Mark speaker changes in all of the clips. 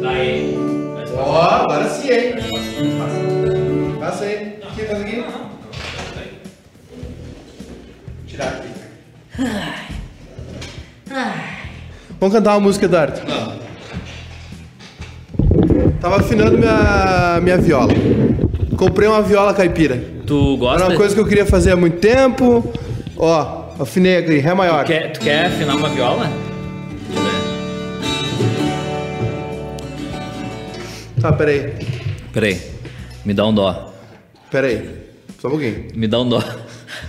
Speaker 1: Tá
Speaker 2: Agora sim, hein? Passa. Passa aí. O que faz aqui? Tirar aqui.
Speaker 1: Vamos cantar uma música, Eduardo.
Speaker 2: Não.
Speaker 1: Tava afinando minha, minha viola. Comprei uma viola caipira.
Speaker 3: Tu gosta?
Speaker 1: Era uma coisa que eu queria fazer há muito tempo. Ó, afinei aqui, Ré maior.
Speaker 3: tu, quer, tu quer afinar uma viola?
Speaker 1: Tá, peraí.
Speaker 3: Peraí, me dá um dó.
Speaker 1: Peraí. Só um pouquinho.
Speaker 3: Me dá um dó.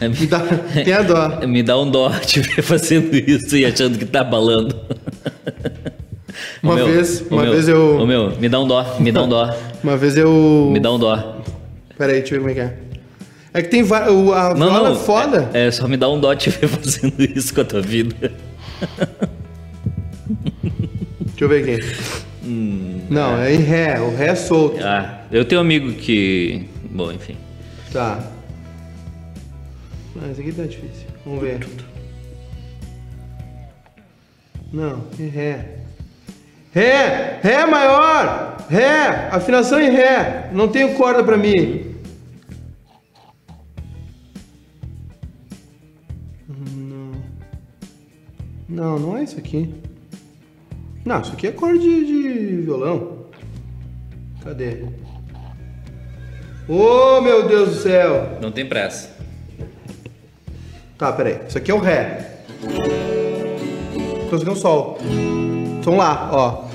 Speaker 3: Me
Speaker 1: dá- tem a dó.
Speaker 3: Me dá um dó te ver fazendo isso e achando que tá balando. Ô,
Speaker 1: Uma
Speaker 3: meu,
Speaker 1: vez-
Speaker 3: ô,
Speaker 1: uma
Speaker 3: meu,
Speaker 1: vez eu-
Speaker 3: ô, meu, me dá um dó, me dá um dó.
Speaker 1: Uma vez eu.
Speaker 3: Me dá um dó.
Speaker 1: Peraí, deixa eu ver como é que é. É que tem várias. A
Speaker 3: Não,
Speaker 1: viola
Speaker 3: não.
Speaker 1: é foda.
Speaker 3: É, é, só me dá um dó te ver fazendo isso com a tua vida. é-
Speaker 1: Deixa eu ver aqui.
Speaker 3: Hum,
Speaker 1: não, é em Ré. O Ré é solto.
Speaker 3: Ah, eu tenho um amigo que. Bom, enfim.
Speaker 1: Tá. Mas aqui tá difícil. Vamos ver. Não, é Ré. Ré! Ré maior! Ré! Afinação em Ré! Não tenho corda pra mim. Não. Não, não é isso aqui. Não, isso aqui é corda de, de violão. Cadê? Ô meu Deus do céu!
Speaker 3: Não tem pressa.
Speaker 1: Tá, peraí. Isso aqui é o Ré. Consegui um Sol. Então Lá, ó.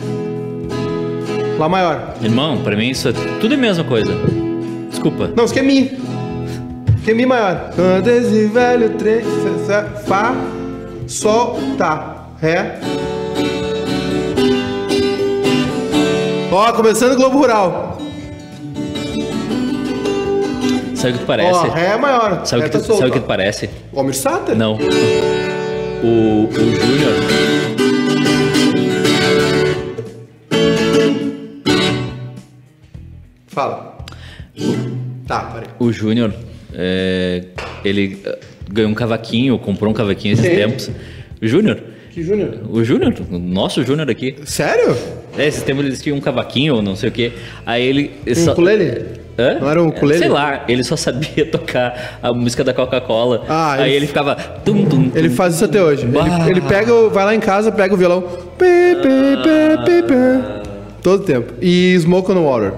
Speaker 1: Lá maior.
Speaker 3: Irmão, pra mim isso é tudo é a mesma coisa. Desculpa.
Speaker 1: Não, isso aqui é Mi. Isso aqui é Mi maior. Quando esse velho trem. se- se- Fá. Sol. Tá. Ré. Ó, começando o Globo Rural.
Speaker 3: Sabe o que tu parece?
Speaker 1: Ó, Ré é maior.
Speaker 3: Sabe o
Speaker 1: ré tá
Speaker 3: que, tu,
Speaker 1: solto,
Speaker 3: sabe o que
Speaker 1: ó.
Speaker 3: tu parece?
Speaker 1: Almir Sater?
Speaker 3: Não. O, o Júnior.
Speaker 1: Fala. Tá, peraí.
Speaker 3: O Júnior, é, ele eh, ganhou um cavaquinho, comprou um cavaquinho esses
Speaker 1: Quem?
Speaker 3: tempos. Júnior.
Speaker 1: Que Júnior?
Speaker 3: O Júnior, o nosso Júnior aqui.
Speaker 1: Sério?
Speaker 3: É, esses tempos eles tinham um cavaquinho, não sei o quê. Aí ele.
Speaker 1: Um
Speaker 3: só-
Speaker 1: ukulele?
Speaker 3: Hã?
Speaker 1: Não era um ukulele?
Speaker 3: Sei lá, ele só sabia tocar a música da Coca-Cola.
Speaker 1: Ah,
Speaker 3: Aí
Speaker 1: ele-
Speaker 3: ele ficava. Tum, tum, tum.
Speaker 1: Ele faz isso até hoje.
Speaker 3: Bah.
Speaker 1: Ele, ele pega, o- vai lá em casa, pega o violão. Pê, pê, pê, pê, pê. Todo tempo. E Smoke on the Water.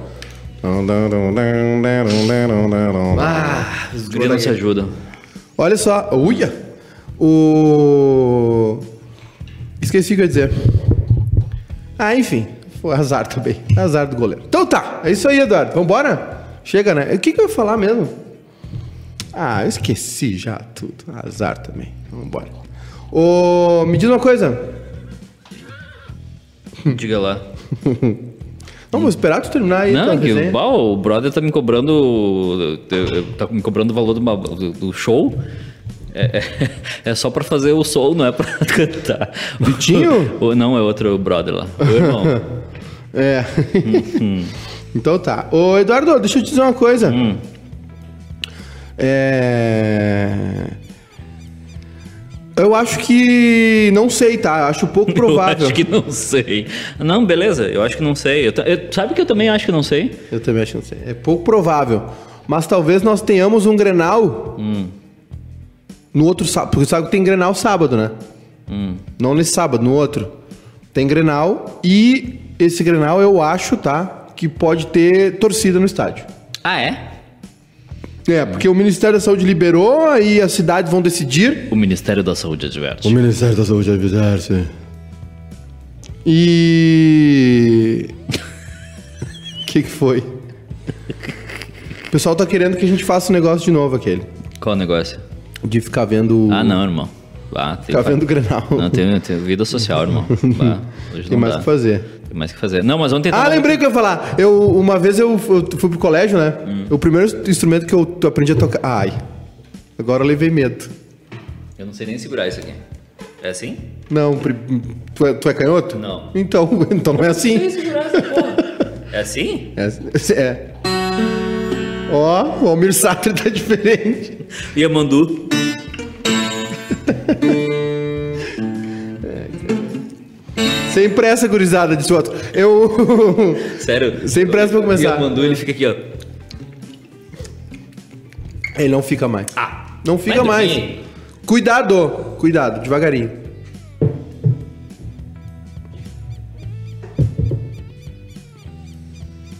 Speaker 3: Ah, os gringos não se ajudam.
Speaker 1: Olha só. Uia! O. Esqueci o que eu ia dizer. Ah, enfim. Foi azar também. Azar do goleiro. Então tá. É isso aí, Eduardo. Vambora? Chega, né? O que, que eu ia falar mesmo? Ah, eu esqueci já tudo. Azar também. Vambora. Ô, me diz uma coisa.
Speaker 3: Diga lá.
Speaker 1: Não, vou esperar tu terminar aí. tua
Speaker 3: Hum. Não, que
Speaker 1: resenha.
Speaker 3: bah, o brother tá me cobrando. Tá me cobrando o valor de uma- do, do show. É, é- é só pra fazer o som, não é pra cantar.
Speaker 1: Vitinho?
Speaker 3: O- não, é outro brother lá. O irmão.
Speaker 1: É.
Speaker 3: Uhum.
Speaker 1: então tá. Ô, Eduardo, deixa eu te dizer uma coisa.
Speaker 3: Hum.
Speaker 1: É. Eu acho que. Não sei, tá? Eu acho pouco provável.
Speaker 3: Eu acho que não sei. Não, beleza, eu acho que não sei. Eu ta- eu- sabe que eu também acho que não sei?
Speaker 1: Eu também acho que não sei. É pouco provável. Mas talvez nós tenhamos um grenal. No outro sábado. Porque sabe que tem grenal sábado, né? Não nesse sábado, no outro. Tem grenal. E esse grenal eu acho, tá? Que pode ter torcida no estádio.
Speaker 3: Ah, é?
Speaker 1: É, porque o Ministério da Saúde liberou, aí as cidades vão decidir.
Speaker 3: O Ministério da Saúde adverte.
Speaker 1: Ministério da Saúde avisar-se. E. O que, que foi? O pessoal tá querendo que a gente faça o negócio de novo aquele.
Speaker 3: Qual o negócio?
Speaker 1: De ficar vendo.
Speaker 3: Ah, não, irmão. Ah, tem
Speaker 1: Ficar
Speaker 3: fa-
Speaker 1: Tá vendo o Grenal.
Speaker 3: Não, tem, tem vida social, irmão. Bah, hoje
Speaker 1: Tem
Speaker 3: não
Speaker 1: mais o
Speaker 3: dá.
Speaker 1: que fazer.
Speaker 3: Tem mais o que fazer. Não, mas ontem
Speaker 1: Ah,
Speaker 3: tava-
Speaker 1: lembrei o que eu ia falar. Eu, uma vez eu, eu fui pro colégio, né?
Speaker 3: Hum.
Speaker 1: O primeiro instrumento que eu aprendi a tocar. Ai. Agora eu levei medo.
Speaker 3: Eu não sei nem segurar isso aqui. É assim?
Speaker 1: Não, pri- tu é, tu é canhoto?
Speaker 3: Não.
Speaker 1: Então, então não é assim.
Speaker 3: segurar essa porra. É assim?
Speaker 1: É. é. Ó, o Almir Sater tá diferente.
Speaker 3: E a Mandu?
Speaker 1: Isso Sem pressa, gurizada, disse o outro. Eu.
Speaker 3: Sério.
Speaker 1: Sem pressa pra começar.
Speaker 3: Eu mando, ele fica aqui, ó.
Speaker 1: Ele não fica mais.
Speaker 3: Ah,
Speaker 1: Não fica
Speaker 3: vai
Speaker 1: mais.
Speaker 3: dormir.
Speaker 1: Cuidado, cuidado, devagarinho.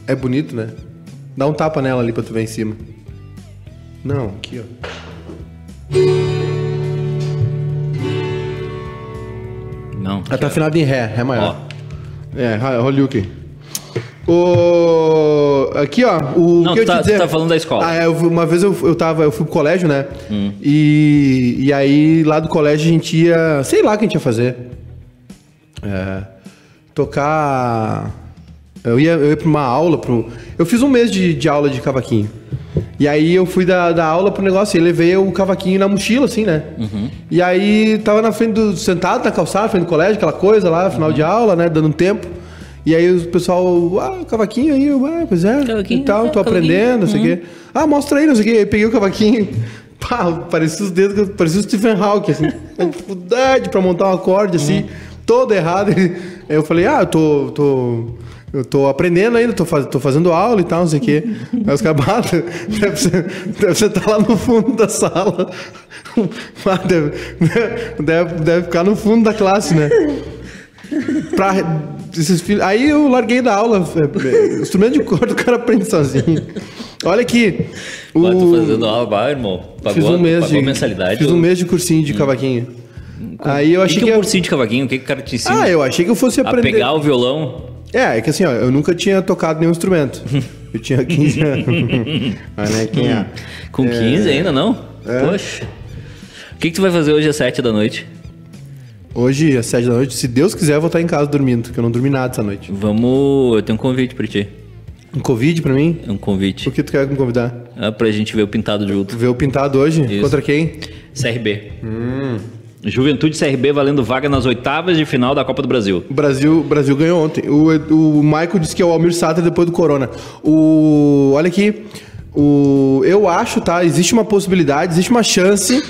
Speaker 1: É bonito, né? Dá um tapa nela ali pra tu ver em cima. Não, aqui, ó.
Speaker 3: Não.
Speaker 1: Ela tá afinada em ré, ré maior.
Speaker 3: Ó.
Speaker 1: É, Hollywood. O... Aqui, ó. O
Speaker 3: Não,
Speaker 1: que
Speaker 3: tu tá-
Speaker 1: eu
Speaker 3: tu
Speaker 1: te dizer...
Speaker 3: tá falando da escola. Hum.
Speaker 1: Ah, é, eu fui- uma vez eu, eu tava, eu fui pro colégio, né? E, e aí lá do colégio a gente ia. Sei lá o que a gente ia fazer. É, tocar. Eu ia, eu ia pra uma aula, pro. Eu fiz um mês de, de aula de cavaquinho. E aí eu fui da, da aula pro negócio e levei o cavaquinho na mochila, assim, né?
Speaker 3: Uhum.
Speaker 1: E aí tava na frente do. sentado na calçada, na frente do colégio, aquela coisa lá, final de aula, né? Dando um tempo. E aí o pessoal, ah, cavaquinho aí, eu, ah, pois é,
Speaker 3: Cavaquinho,
Speaker 1: e tal, tô
Speaker 3: cavaquinho. uhum.
Speaker 1: aprendendo, não sei o quê. Ah, mostra aí, não sei o quê. Aí peguei o cavaquinho, pá, parecia os dedos, que eu- parecia o Stephen Hawking, assim, uma dificuldade pra montar um acorde, assim,
Speaker 3: Uhum.
Speaker 1: todo errado. Aí eu falei, ah, eu tô, tô, eu tô aprendendo ainda, tô, faz, tô fazendo aula e tal, não sei o quê. Aí os caras, "Ah, deve ser, deve ser tá lá no fundo da sala. Ah, Deve, deve, deve ficar no fundo da classe, né? pra esses filhos. Aí eu larguei da aula. é, é, Instrumento de corda o cara aprende sozinho. Olha aqui. O...
Speaker 3: Vai, tô fazendo aula, vai, irmão. Pagou,
Speaker 1: um- fiz um mês
Speaker 3: pagou
Speaker 1: de,
Speaker 3: a mensalidade. Hum.
Speaker 1: Fiz
Speaker 3: eu-
Speaker 1: um mês de cursinho de cavaquinho. Aí eu
Speaker 3: O
Speaker 1: achei
Speaker 3: que,
Speaker 1: que,
Speaker 3: que é um
Speaker 1: eu-
Speaker 3: cursinho de cavaquinho? O que, que o cara te ensina?
Speaker 1: Ah, eu achei que eu fosse
Speaker 3: A
Speaker 1: aprender.
Speaker 3: pegar o violão?
Speaker 1: É, é que assim, ó, eu nunca tinha tocado nenhum instrumento. Eu tinha 15 anos. né, Olha aqui, ó.
Speaker 3: Com 15 ainda, não?
Speaker 1: É.
Speaker 3: Poxa. O que, que tu vai fazer hoje às 7 da noite?
Speaker 1: Hoje, às 7 da noite, se Deus quiser, eu vou estar em casa dormindo, que eu não dormi nada essa noite.
Speaker 3: Vamos. Eu tenho um convite pra ti.
Speaker 1: Um Covid pra mim?
Speaker 3: É um convite.
Speaker 1: Por que tu quer me convidar?
Speaker 3: Ah, pra gente ver o pintado junto.
Speaker 1: Ver o pintado hoje?
Speaker 3: Isso.
Speaker 1: Contra quem?
Speaker 3: CRB.
Speaker 1: Hum.
Speaker 3: Juventude CRB valendo vaga nas oitavas de final da Copa do Brasil.
Speaker 1: O Brasil, o Brasil ganhou ontem. O, Ed- o Michael disse que é o Almir Sater depois do Corona. O, olha aqui. O, eu acho, tá? Existe uma possibilidade, existe uma chance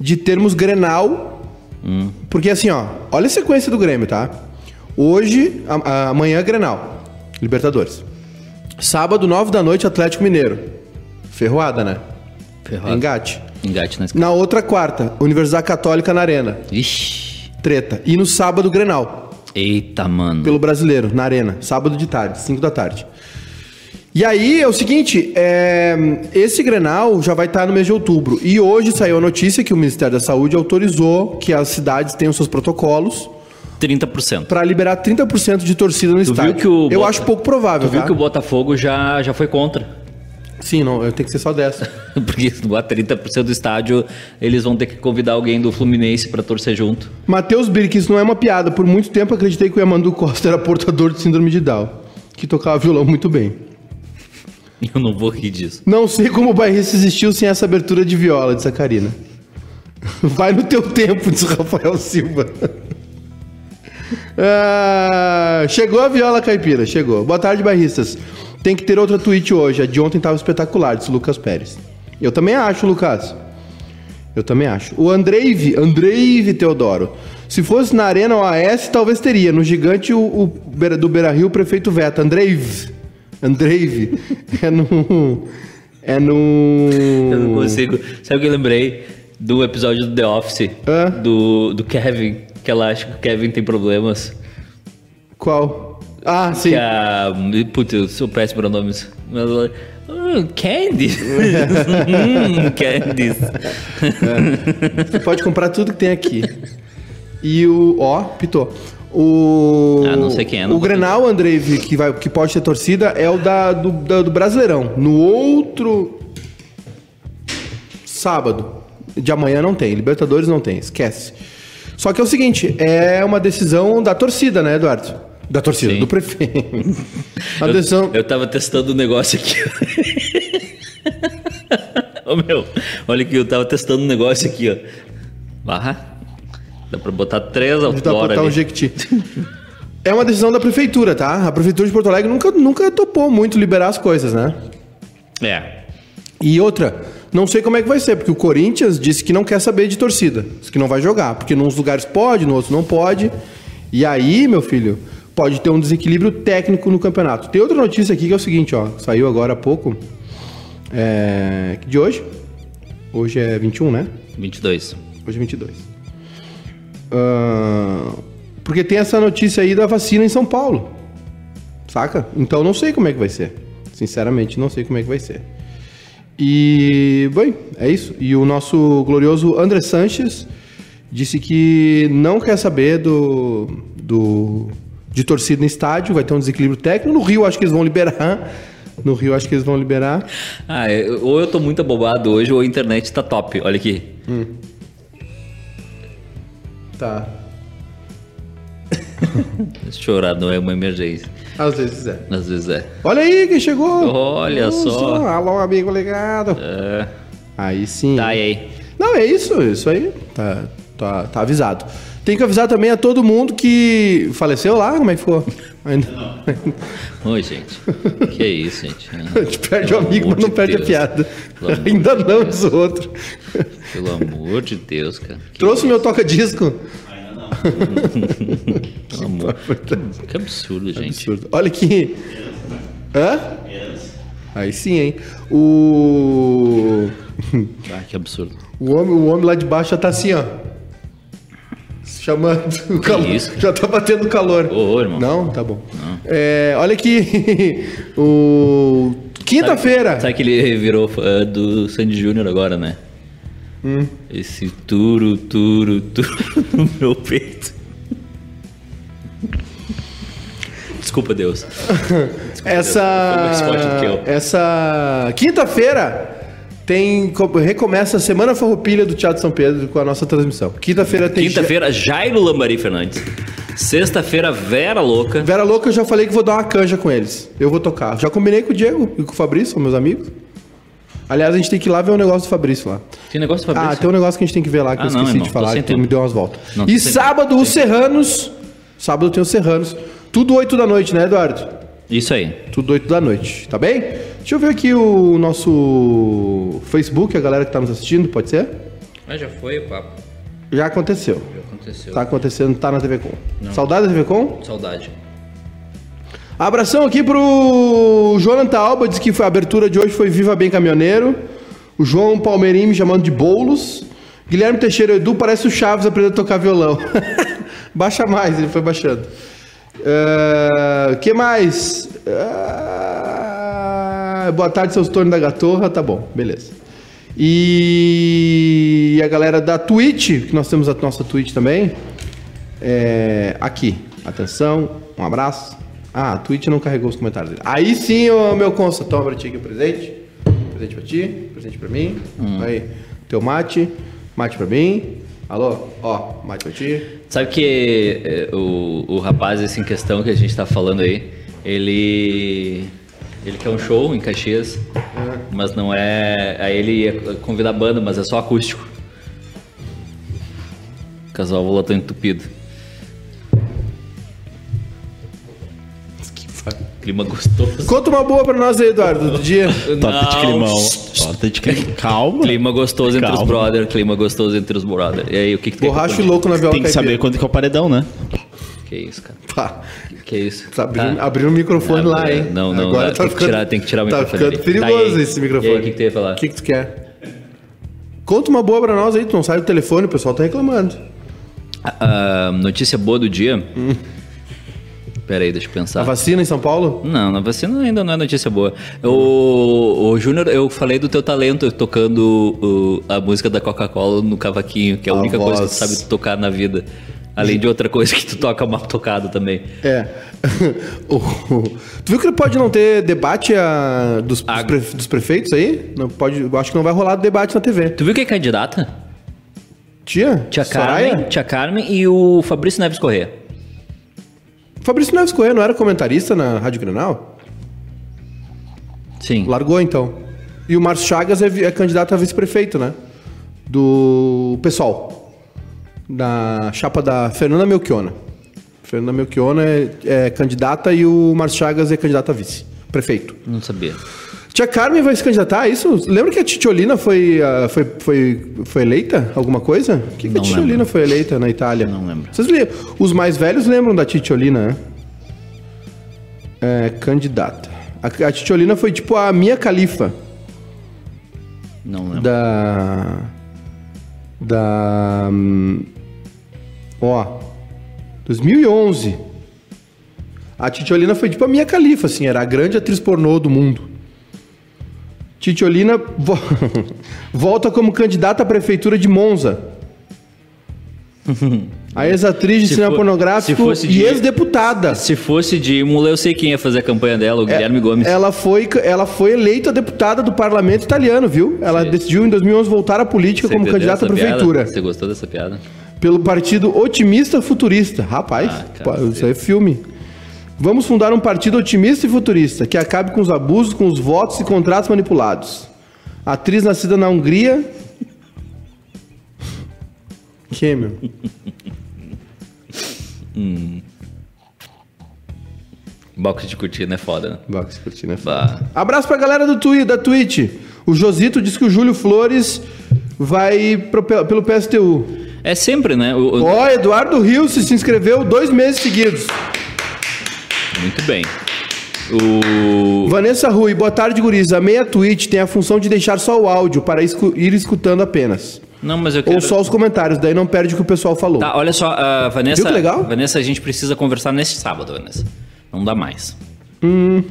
Speaker 1: de termos Grenal. Porque assim, ó. Olha a sequência do Grêmio, tá? Hoje, a- a- amanhã, é Grenal. Libertadores. Sábado, 9 da noite, Atlético Mineiro. Ferroada, né?
Speaker 3: Ferrado.
Speaker 1: Engate.
Speaker 3: Engate na escada.
Speaker 1: Na outra quarta, Universidade Católica na Arena.
Speaker 3: Ixi.
Speaker 1: Treta. E no sábado, Grenal
Speaker 3: Eita, mano.
Speaker 1: pelo brasileiro, na arena, sábado de tarde, 5 da tarde. E aí é o seguinte, é, esse Grenal já vai estar no mês de outubro. E hoje saiu a notícia que o Ministério da Saúde autorizou que as cidades tenham seus protocolos
Speaker 3: 30%.
Speaker 1: para liberar 30% de torcida no
Speaker 3: viu
Speaker 1: estádio.
Speaker 3: que o
Speaker 1: Eu
Speaker 3: Bota-
Speaker 1: acho pouco provável,
Speaker 3: Tu viu
Speaker 1: tá?
Speaker 3: que o Botafogo já, já foi contra.
Speaker 1: Sim, não, eu tenho que ser só dessa.
Speaker 3: Porque se doar 30% do estádio, eles vão ter que convidar alguém do Fluminense pra torcer junto.
Speaker 1: Matheus Birk, isso não é uma piada. Por muito tempo acreditei que o Yamandu Costa era portador de síndrome de Down, que tocava violão muito bem.
Speaker 3: E eu não vou rir disso.
Speaker 1: Não sei como o bairrista existiu sem essa abertura de viola, diz a Karina. Vai no teu tempo, diz o Rafael Silva. Ah, chegou a viola caipira, chegou. Boa tarde, bairristas. Tem que ter outra tweet hoje. A de ontem tava espetacular, disse o Lucas Pérez. Eu também acho, Lucas. Eu também acho. O Andreive, Andreive Teodoro. Se fosse na Arena OAS, talvez teria. No gigante o, o Beira- do Beira Rio, o prefeito Veta. Andreive. Andreive. É no. É
Speaker 3: Eu não
Speaker 1: no.
Speaker 3: consigo. Sabe o que eu lembrei? Do episódio do The Office.
Speaker 1: Hã?
Speaker 3: Do, do Kevin. Que ela acha que o Kevin tem problemas.
Speaker 1: Qual? Ah, sim.
Speaker 3: Que é a. Putz, eu sou péssimo para nomes. Mas ela. Hum, candy! hum, Candice.
Speaker 1: Você pode comprar tudo que tem aqui. E o. Ó, pitou. O.
Speaker 3: Ah, não sei quem é, não
Speaker 1: O
Speaker 3: vou
Speaker 1: Grenal, Andrei, que, vai, que pode ter torcida, é o da, do, da- do Brasileirão. No outro. Sábado. De amanhã não tem. Libertadores não tem, esquece. Só que é o seguinte: é uma decisão da torcida, né, Eduardo? Da torcida,
Speaker 3: Sim.
Speaker 1: do prefeito. Uma decisão.
Speaker 3: Eu, eu tava testando o negócio aqui. Ô meu, olha aqui, eu tava testando um negócio aqui, ó. Barra. Dá pra botar três
Speaker 1: Dá pra
Speaker 3: outdoor
Speaker 1: botar
Speaker 3: ali.
Speaker 1: um Jequiti. É uma decisão da prefeitura, tá? A prefeitura de Porto Alegre nunca, nunca topou muito liberar as coisas, né?
Speaker 3: É.
Speaker 1: E outra, não sei como é que vai ser, porque o Corinthians disse que não quer saber de torcida, disse que não vai jogar, porque em uns lugares pode, em outros não pode. E aí, meu filho, pode ter um desequilíbrio técnico no campeonato. Tem outra notícia aqui que é o seguinte, ó. Saiu agora há pouco. É, de hoje. Hoje é 21, né?
Speaker 3: 22.
Speaker 1: Hoje é 22. Ahn, Ah, porque tem essa notícia aí da vacina em São Paulo. Saca? Então não sei como é que vai ser. Sinceramente, não sei como é que vai ser. E, bem, é isso. E o nosso glorioso André Sanches disse que não quer saber do, do de torcida em estádio, vai ter um desequilíbrio técnico. No Rio acho que eles vão liberar. No Rio acho que eles vão liberar.
Speaker 3: Ah, eu- ou eu tô muito abobado hoje ou a internet tá top. Olha aqui.
Speaker 1: Tá.
Speaker 3: Chorar não é uma emergência.
Speaker 1: Às vezes é.
Speaker 3: Às vezes é.
Speaker 1: Olha aí quem chegou!
Speaker 3: Olha só.
Speaker 1: Alô, amigo ligado!
Speaker 3: É.
Speaker 1: Aí sim.
Speaker 3: Tá, e aí?
Speaker 1: Não, é isso, isso aí. Tá, tá, tá avisado. Tem que avisar também a todo mundo que faleceu lá, como é que ficou? Ainda...
Speaker 3: Oi, gente. Que é isso, gente.
Speaker 1: A gente perde
Speaker 3: Pelo
Speaker 1: o amigo, mas
Speaker 3: amor
Speaker 1: não
Speaker 3: de
Speaker 1: perde a
Speaker 3: Deus.
Speaker 1: piada.
Speaker 3: Pelo amor
Speaker 1: Ainda
Speaker 3: de
Speaker 1: não,
Speaker 3: Deus.
Speaker 1: diz o outro.
Speaker 3: Pelo amor de Deus, cara. Que,
Speaker 1: Trouxe o meu toca-disco.
Speaker 3: pelo amor. que absurdo, gente.
Speaker 1: Absurdo. Olha aqui. Hã? Aí sim, hein? O.
Speaker 3: Ah, que absurdo.
Speaker 1: O homem, o homem lá de baixo já tá assim, ó. Chamando o calor.
Speaker 3: isso?
Speaker 1: Já tá batendo calor.
Speaker 3: Ô, ô, irmão.
Speaker 1: Não? Tá bom. É, olha aqui. o. Quinta-feira.
Speaker 3: Sabe que ele virou fã do Sandy Júnior agora, né?
Speaker 1: Hum.
Speaker 3: Esse turo, turo, turo no meu peito. Desculpa, Deus. Foi mais forte do que
Speaker 1: Essa.
Speaker 3: eu.
Speaker 1: Essa. Quinta-feira tem. co- Recomeça a Semana Farroupilha do Teatro São Pedro com a nossa transmissão. Quinta-feira tem.
Speaker 3: Quinta-feira, Jairo Lambari Fernandes. Sexta-feira, Vera Louca.
Speaker 1: Vera Louca, eu já falei que vou dar uma canja com eles. Eu vou tocar. Já combinei com o Diego e com o Fabrício, são meus amigos. Aliás, a gente tem que ir lá ver o negócio do Fabrício lá.
Speaker 3: Tem negócio pra
Speaker 1: Ah,
Speaker 3: abrir?
Speaker 1: tem um negócio que a gente tem que ver lá que
Speaker 3: Ah,
Speaker 1: eu
Speaker 3: não,
Speaker 1: esqueci
Speaker 3: irmão,
Speaker 1: de
Speaker 3: tô
Speaker 1: falar,
Speaker 3: sem
Speaker 1: que tu me
Speaker 3: tempo.
Speaker 1: deu umas voltas.
Speaker 3: Não, tô
Speaker 1: e
Speaker 3: sem
Speaker 1: sábado, os Serranos. Sábado tem os Serranos. Tudo 8 da noite, né, Eduardo?
Speaker 3: Isso aí.
Speaker 1: Tudo 8 da noite, tá bem? Deixa eu ver aqui o nosso Facebook, a galera que tá nos assistindo, pode ser?
Speaker 3: Mas já foi o papo.
Speaker 1: Já aconteceu.
Speaker 3: Já aconteceu.
Speaker 1: Tá acontecendo, tá na TV Com. Saudade da TV Com?
Speaker 3: Saudade.
Speaker 1: Abração aqui pro Jonathan Alba, diz que foi- a abertura de hoje foi Viva Bem Caminhoneiro. O João Palmeirim me chamando de Boulos. Guilherme Teixeira Edu parece o Chaves aprendendo a tocar violão. Baixa mais, ele foi baixando. O que mais? Ah, boa tarde, seus tornos da Gatorra. Tá bom, beleza. E a galera da Twitch, que nós temos a nossa Twitch também. É, aqui. Atenção, um abraço. Ah, a Twitch não carregou os comentários dele. Aí sim, ô, meu Consta, toma pra ti aqui o presente. Presente pra ti, presente pra mim.
Speaker 4: Hum.
Speaker 1: Aí, teu mate, mate pra mim. Alô, ó, mate pra ti.
Speaker 3: Sabe que eh, o, o rapaz esse em questão que a gente tá falando aí, ele. Ele quer um show em Caxias,
Speaker 4: Uhum.
Speaker 3: mas não é. Aí ele ia convidar a banda, mas é só acústico. O casal voltou entupido. Clima gostoso.
Speaker 1: Conta uma boa pra nós aí, Eduardo, do dia.
Speaker 4: Torta de
Speaker 3: Não.
Speaker 4: climão. Torta de climão. Calma.
Speaker 3: Clima gostoso entre os
Speaker 4: Calma.
Speaker 3: brother, clima gostoso entre os brother. E aí, o que que tem
Speaker 1: Borracho e louco na viola
Speaker 4: Tem que saber
Speaker 1: caipira.
Speaker 4: quando que é o paredão, né?
Speaker 3: Que isso, cara?
Speaker 1: Tá,
Speaker 3: Que isso?
Speaker 1: tá abrindo,
Speaker 3: Tá.
Speaker 1: abrindo o microfone
Speaker 3: Ah,
Speaker 1: lá, hein?
Speaker 3: Não, não, não, tem que tirar- tem que tirar o
Speaker 1: tá
Speaker 3: microfone
Speaker 1: ficando
Speaker 3: ali.
Speaker 1: perigoso
Speaker 3: Tá, e aí?
Speaker 1: esse microfone.
Speaker 3: E aí, o que que tu ia falar?
Speaker 1: O que, que tu quer? Conta uma boa pra nós aí, tu não sai do telefone, o pessoal tá reclamando.
Speaker 3: Ah, notícia boa do dia. Pera aí, deixa eu
Speaker 1: A
Speaker 3: pensar.
Speaker 1: vacina em São Paulo?
Speaker 3: Não, na vacina ainda não é notícia boa. O, o Júnior, eu falei do teu talento tocando o- a música da Coca-Cola no cavaquinho, que é a,
Speaker 1: A
Speaker 3: única coisa que tu
Speaker 1: voz.
Speaker 3: sabe tocar na vida. Além de outra coisa que tu toca mal tocado também.
Speaker 1: É. O- o- tu viu que ele pode não ter debate ah, dos, dos
Speaker 3: Ah.
Speaker 1: pre- dos prefeitos aí? Não pode, eu acho que não vai rolar debate na TV.
Speaker 3: Tu viu quem é candidata?
Speaker 1: Tia?
Speaker 3: Tia
Speaker 1: Soraya?
Speaker 3: Carmen, tia Carmen e o Fabrício Neves Corrêa.
Speaker 1: Fabrício Neves Corrêa não era comentarista na Rádio Granal?
Speaker 3: Sim.
Speaker 1: Largou então. E o Márcio Chagas é, vi- é candidato a vice-prefeito, né? Do PSOL. Da chapa da Fernanda Melchiona. Fernanda Melchiona é, é candidata e o Márcio Chagas é candidato a vice. Prefeito.
Speaker 3: Não sabia.
Speaker 1: Tia Carmen vai se candidatar a isso? Lembra que a Titiolina foi, ah, foi, foi, foi eleita? Alguma coisa? Por que, que a
Speaker 4: Não
Speaker 1: Titiolina
Speaker 4: lembro.
Speaker 1: foi eleita na Itália?
Speaker 4: Não lembro.
Speaker 1: Vocês lembram? Os mais velhos lembram da Titiolina, né? É, candidata. A, a Titiolina foi tipo a minha califa
Speaker 4: Não lembro.
Speaker 1: da. Da. hum, Ó. 2011. A Titiolina foi tipo a minha califa, assim, era a grande atriz pornô do mundo. Titiolina vo- volta como candidata à prefeitura de Monza. A ex-atriz de
Speaker 3: Se
Speaker 1: cinema
Speaker 3: fo-
Speaker 1: pornográfico
Speaker 3: se fosse
Speaker 1: e
Speaker 3: de-
Speaker 1: ex-deputada.
Speaker 3: Se fosse de Imola, eu sei quem ia fazer a campanha dela,
Speaker 1: É,
Speaker 3: o Guilherme Gomes.
Speaker 1: Ela foi, ela foi eleita deputada do parlamento italiano, viu? Ela
Speaker 3: Sim.
Speaker 1: decidiu em 2011 voltar à política
Speaker 3: Você
Speaker 1: como
Speaker 3: entendeu
Speaker 1: candidata à
Speaker 3: essa piada?
Speaker 1: prefeitura.
Speaker 3: Você gostou dessa piada?
Speaker 1: pelo partido otimista futurista. Rapaz,
Speaker 3: Ah, cara,
Speaker 1: pô, isso
Speaker 3: sei.
Speaker 1: é filme. Vamos fundar um partido otimista e futurista que acabe com os abusos, com os votos e contratos manipulados. Atriz nascida na Hungria. Que, meu?
Speaker 3: Box de cortina é foda, né?
Speaker 1: Box curtindo é foda.
Speaker 3: Bah.
Speaker 1: Abraço pra galera do Twi, da Twitch. O Josito diz que o Júlio Flores vai pro- pelo PSTU.
Speaker 3: É sempre, né? O- o-
Speaker 1: Ó, Eduardo Rios se inscreveu dois meses seguidos.
Speaker 3: Muito bem. O...
Speaker 1: Vanessa Rui, boa tarde, guris. A meia tweet tem a função de deixar só o áudio para escu- ir escutando apenas.
Speaker 3: Não, mas eu quero...
Speaker 1: Ou só os comentários, daí não perde o que o pessoal falou.
Speaker 3: Tá, olha só, a Vanessa...
Speaker 1: Viu que legal?
Speaker 3: Vanessa, a gente precisa conversar neste sábado, Vanessa. Não dá mais.
Speaker 1: Hum.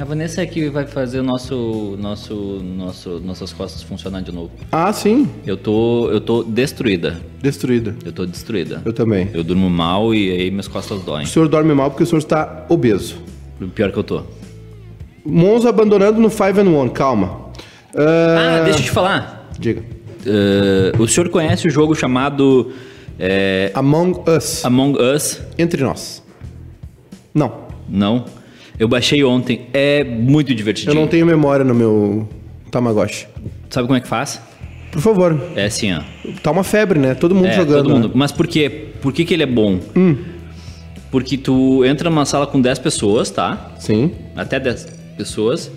Speaker 3: A Vanessa é que vai fazer o nosso, nosso, nosso, nossas costas funcionar de novo.
Speaker 1: Ah, sim.
Speaker 3: Eu tô, eu tô destruída.
Speaker 1: Destruída.
Speaker 3: Eu tô destruída.
Speaker 1: Eu também.
Speaker 3: Eu durmo mal e aí minhas costas doem.
Speaker 1: O senhor dorme mal porque o senhor está obeso.
Speaker 3: Pior que eu tô.
Speaker 1: Monza abandonando no 5 and 1, calma. Ah,
Speaker 3: Ah, deixa eu te falar.
Speaker 1: Diga.
Speaker 3: Eh, o senhor conhece o jogo chamado eh,
Speaker 1: Among Us.
Speaker 3: Among Us?
Speaker 1: Entre nós. Não.
Speaker 3: Não. Eu baixei ontem. É muito
Speaker 1: Eu
Speaker 3: divertidinho.
Speaker 1: não tenho memória no meu Tamagotchi.
Speaker 3: Sabe como é que faz?
Speaker 1: Por favor.
Speaker 3: É assim, ó.
Speaker 1: Tá uma febre, né? Todo mundo
Speaker 3: É,
Speaker 1: jogando.
Speaker 3: todo mundo.
Speaker 1: né? Hum.
Speaker 3: Mas por quê? Por que, que ele é bom? Porque tu entra numa sala com 10 pessoas, tá?
Speaker 1: Sim.
Speaker 3: Até 10 pessoas.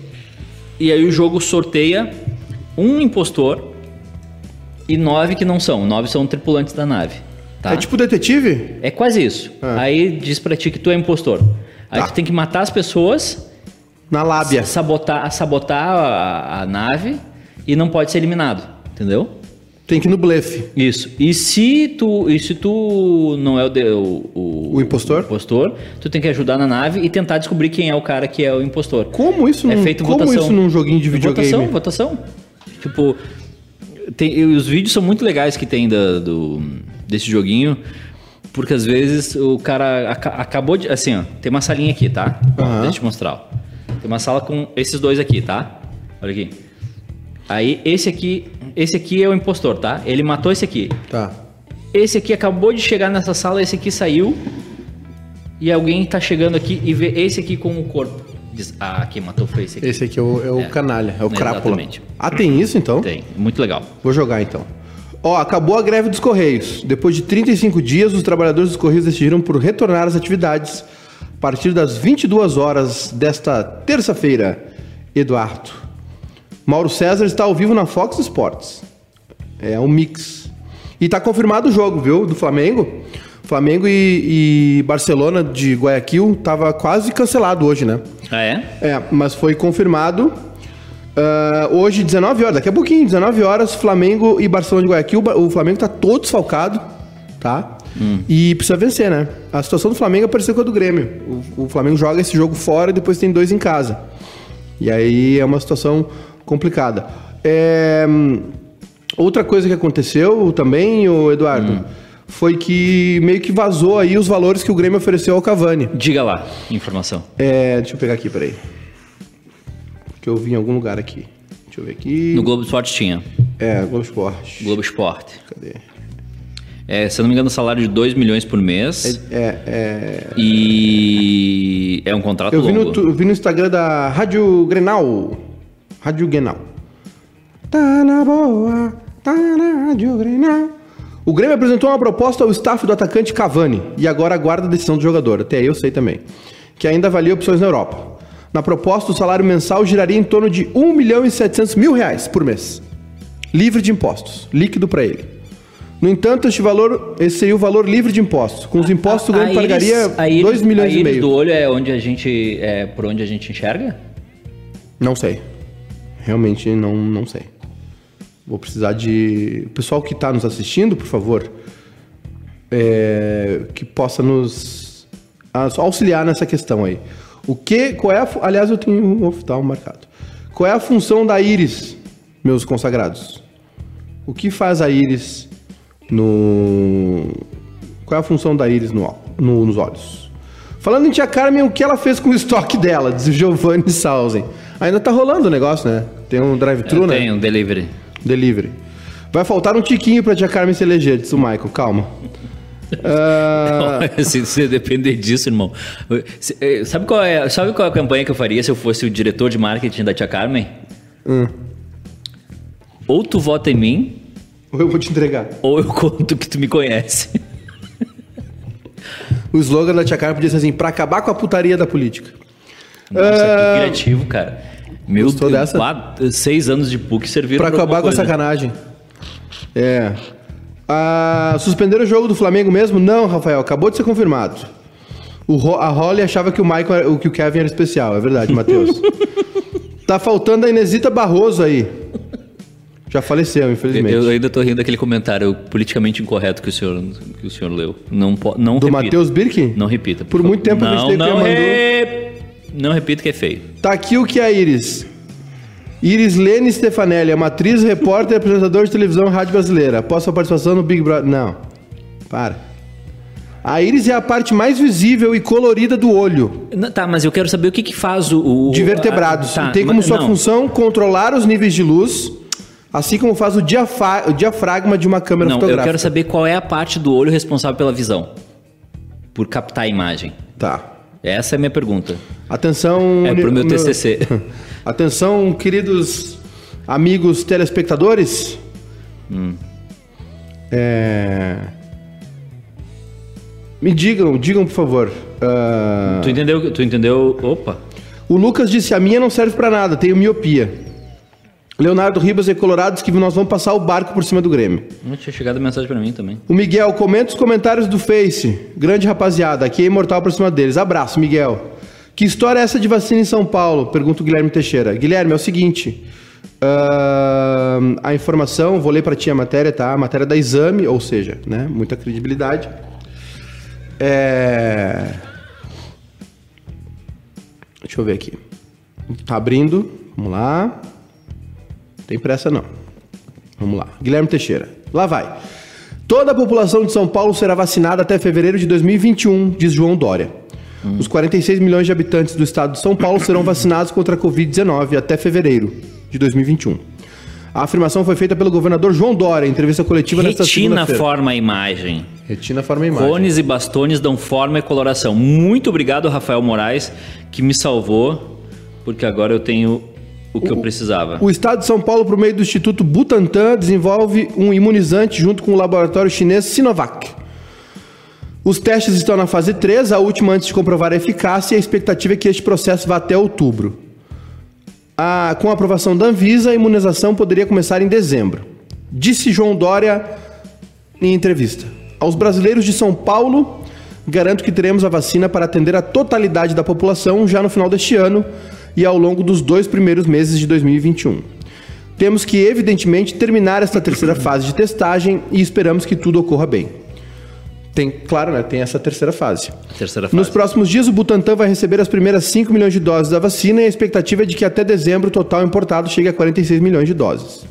Speaker 3: E aí o jogo sorteia um impostor e nove que não são. Nove são tripulantes da nave. Tá?
Speaker 1: É tipo detetive?
Speaker 3: É quase isso. Aí diz pra ti que tu é impostor.
Speaker 1: Ah.
Speaker 3: Aí
Speaker 1: Tá. É.
Speaker 3: tu tem que matar as pessoas,
Speaker 1: Na lábia.
Speaker 3: sabotar, sabotar a, a nave e não pode ser eliminado. Entendeu?
Speaker 1: Tem que ir no blefe.
Speaker 3: Isso. E se tu, e se tu não é o, de- o, o-
Speaker 1: O impostor?
Speaker 3: o impostor, tu tem que ajudar na nave e tentar descobrir quem é o cara que é o impostor.
Speaker 1: Como isso
Speaker 3: é
Speaker 1: num-
Speaker 3: feito
Speaker 1: como
Speaker 3: votação.
Speaker 1: isso num joguinho de videogame?
Speaker 3: Votação, votação. Tipo, tem, e os vídeos são muito legais que tem da- do, desse joguinho, porque às vezes o cara aca- acabou de. Assim, ó, tem uma salinha aqui, tá? Ó,
Speaker 1: Aham.
Speaker 3: Deixa eu te mostrar. ó. Tem uma sala com esses dois aqui, tá? Olha aqui. Aí esse aqui, esse aqui é o impostor, tá? Ele matou esse aqui.
Speaker 1: Tá.
Speaker 3: Esse aqui acabou de chegar nessa sala, esse aqui saiu. E alguém tá chegando aqui e vê esse aqui com o corpo. Diz, ah, quem matou foi esse aqui.
Speaker 1: Esse aqui é o, é o
Speaker 3: É.
Speaker 1: canalha, é o
Speaker 3: É,
Speaker 1: crápula.
Speaker 3: exatamente.
Speaker 1: Ah, tem isso então?
Speaker 3: Tem, muito legal.
Speaker 1: Vou jogar então. Ó, acabou a greve dos Correios. Depois de 35 dias, os trabalhadores dos Correios decidiram por retornar às atividades a partir das 22 horas desta terça-feira. Eduardo. Mauro César está ao vivo na Fox Sports. É um mix. E tá confirmado o jogo, viu? Do Flamengo. Flamengo e, e Barcelona de Guayaquil tava quase cancelado hoje, né?
Speaker 3: Ah, é?
Speaker 1: É, mas foi confirmado. ah, hoje, 19 horas, daqui a pouquinho, 19 horas, Flamengo e Barcelona de Guayaquil. Ba- O Flamengo tá todo desfalcado, tá? E precisa vencer, né? A situação do Flamengo é parecida com a do Grêmio. O, o Flamengo joga esse jogo fora e depois tem dois em casa. E aí é uma situação complicada. É, hum, outra coisa que aconteceu também, o Eduardo, foi que meio que vazou aí os valores que o Grêmio ofereceu ao Cavani.
Speaker 3: Diga lá, informação.
Speaker 1: É, deixa eu pegar aqui, peraí. Que eu vi em algum lugar aqui. Deixa eu ver aqui.
Speaker 3: No Globo Esporte tinha.
Speaker 1: É, Globo Esporte.
Speaker 3: Globo Esporte.
Speaker 1: Cadê?
Speaker 3: É, se eu não me engano, salário de 2 milhões por mês.
Speaker 1: É, é...
Speaker 3: E é um contrato
Speaker 1: Eu vi,
Speaker 3: longo.
Speaker 1: no, tu- eu vi no Instagram da Rádio Grenal. Rádio Grenal. Tá na boa, tá na Rádio Grenal. O Grêmio apresentou uma proposta ao staff do atacante Cavani e agora aguarda a decisão do jogador. Até aí eu sei também. Que ainda avalia opções na Europa. Na proposta, o salário mensal giraria em torno de 1 milhão e 700 mil reais por mês, livre de impostos, líquido para ele. No entanto, este valor, esse seria o valor livre de impostos. Com os impostos, o
Speaker 3: A
Speaker 1: Grêmio
Speaker 3: íris-
Speaker 1: pagaria
Speaker 3: a íris-
Speaker 1: 2 milhões
Speaker 3: a
Speaker 1: e
Speaker 3: íris
Speaker 1: meio.
Speaker 3: do olho é onde a gente. É por onde a gente enxerga?
Speaker 1: Não sei. Realmente não, não sei. Vou precisar de. O pessoal que está nos assistindo, por favor, é, que possa nos aus- auxiliar nessa questão aí. O que. Qual é a, fu- aliás, eu tenho um oftalmo marcado. Qual é a função da íris, meus consagrados? O que faz a íris no. Qual é a função da íris no, ó- no- nos olhos? Falando em tia Carmen, o que ela fez com o estoque dela? Diz o Giovanni Sausen. Ainda tá rolando o negócio, né? Tem um drive-thru,
Speaker 3: Eu
Speaker 1: né?
Speaker 3: tenho um delivery.
Speaker 1: Delivery. Vai faltar um tiquinho pra tia Carmen se eleger, disse o Michael. Calma. Ah,
Speaker 3: se, se depender disso, irmão. Se- eh, sabe, qual é, sabe qual é a campanha que eu faria se eu fosse o diretor de marketing da Tia Carmen?
Speaker 1: Hum.
Speaker 3: Ou tu vota em mim,
Speaker 1: eu vou te entregar.
Speaker 3: ou eu conto que tu me conhece.
Speaker 1: O slogan da tia Carmen podia ser assim, pra acabar com a putaria da política.
Speaker 3: Nossa,
Speaker 1: Ah.
Speaker 3: que criativo, cara. Meu
Speaker 1: Gostou dessa?
Speaker 3: quatro- seis anos de PUC serviram
Speaker 1: Pra acabar com a
Speaker 3: alguma coisa.
Speaker 1: sacanagem. É. Ah, suspenderam o jogo do Flamengo mesmo? Não, Rafael, acabou de ser confirmado. O Ro- a Holly achava que o Michael, era- o- que o Kevin era especial, é verdade, Matheus. tá faltando a Inesita Barroso aí. Já faleceu, infelizmente.
Speaker 3: Eu ainda tô rindo daquele comentário politicamente incorreto que o senhor, que o senhor leu. Não, po- não
Speaker 1: Do
Speaker 3: repita.
Speaker 1: Matheus Birkin?
Speaker 3: Não repita.
Speaker 1: Por muito tempo eu
Speaker 3: não,
Speaker 1: acreditei que
Speaker 3: não,
Speaker 1: ele
Speaker 3: re... não repita que é feio.
Speaker 1: Tá aqui o que é a Iris. Iris Lene Stefanelli, é uma atriz, repórter e apresentadora de televisão e rádio brasileira. Após sua participação no Big Brother. Não. Para. A Iris é a parte mais visível e colorida do olho,
Speaker 4: Não, tá, mas eu quero saber o que que faz o... o
Speaker 1: de vertebrados.
Speaker 4: a- tá,
Speaker 1: Tem como
Speaker 4: mas-
Speaker 1: sua
Speaker 4: não.
Speaker 1: função controlar os níveis de luz, assim como faz o, diafa- o diafragma de uma câmera
Speaker 4: Não, eu
Speaker 1: fotográfica.
Speaker 4: quero saber qual é a parte do olho responsável pela visão.
Speaker 3: Por captar a imagem.
Speaker 1: Tá.
Speaker 3: Essa é a minha pergunta.
Speaker 1: Atenção.
Speaker 3: É
Speaker 1: uni-
Speaker 3: pro meu
Speaker 1: uni-
Speaker 3: TCC.
Speaker 1: Atenção, queridos amigos telespectadores. É... Me digam, digam por favor. Ah,
Speaker 3: Tu entendeu? Tu entendeu? Opa.
Speaker 1: O Lucas disse: a minha não serve pra nada, tenho miopia. Leonardo Ribas e Colorado disse que nós vamos passar o barco por cima do Grêmio.
Speaker 3: Não tinha chegado mensagem pra mim também.
Speaker 1: O Miguel, comenta os comentários do Face. Grande rapaziada, aqui é Imortal pra cima deles. Abraço, Miguel. Que história é essa de vacina em São Paulo? Pergunta o Guilherme Teixeira. Guilherme, é o seguinte. ahn, a informação, vou ler pra ti a matéria, tá? A matéria da exame, ou seja, né? Muita credibilidade. É. Deixa eu ver aqui. Tá abrindo. Vamos lá. Tem pressa não. Vamos lá. Guilherme Teixeira. Lá vai. Toda a população de São Paulo será vacinada até fevereiro de 2021, diz João Dória. Os 46 milhões de habitantes do estado de São Paulo serão vacinados contra a Covid-19 até fevereiro de 2021. A afirmação foi feita pelo governador João Dória em entrevista coletiva nesta
Speaker 3: Retina
Speaker 1: segunda-feira.
Speaker 3: forma a imagem.
Speaker 1: Retina forma a imagem.
Speaker 3: Cones e bastones dão forma e coloração. Muito obrigado, Rafael Moraes, que me salvou, porque agora eu tenho o que eu precisava.
Speaker 1: O Estado de São Paulo, por meio do Instituto Butantan, desenvolve um imunizante junto com o laboratório chinês Sinovac. Os testes estão na fase 3, a última antes de comprovar a eficácia, e a expectativa é que este processo vá até outubro. A- com a aprovação da Anvisa, a imunização poderia começar em dezembro. Disse João Dória em entrevista. Aos brasileiros de São Paulo, garanto que teremos a vacina para atender a totalidade da população já no final deste ano e ao longo dos dois primeiros meses de 2021. Temos que, evidentemente, terminar esta terceira fase de testagem e esperamos que tudo ocorra bem. Tem, claro, né? Tem essa terceira fase.
Speaker 3: Terceira
Speaker 1: Nos
Speaker 3: fase.
Speaker 1: próximos dias, o Butantan vai receber as primeiras 5 milhões de doses da vacina e a expectativa é de que até dezembro o total importado chegue a 46 milhões de doses.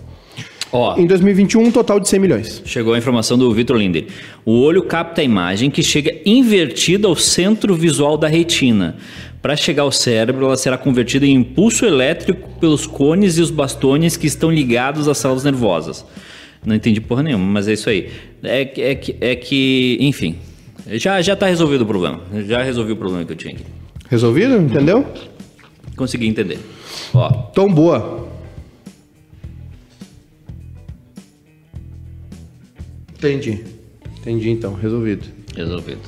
Speaker 3: Ó,
Speaker 1: Em 2021, um total de 100 milhões.
Speaker 3: chegou a informação do Vitor Linder. O olho capta a imagem que chega invertida ao centro visual da retina. Para chegar ao cérebro, ela será convertida em impulso elétrico pelos cones e os bastones que estão ligados às células nervosas. Não entendi porra nenhuma, mas é isso aí. É, que- é, que- é que, enfim, já, já tá resolvido o problema. Já resolvi o problema que eu tinha aqui.
Speaker 1: Resolvido? Entendeu?
Speaker 3: Consegui entender. Ó,
Speaker 1: Tão boa. Entendi. Entendi então, resolvido.
Speaker 3: resolvido.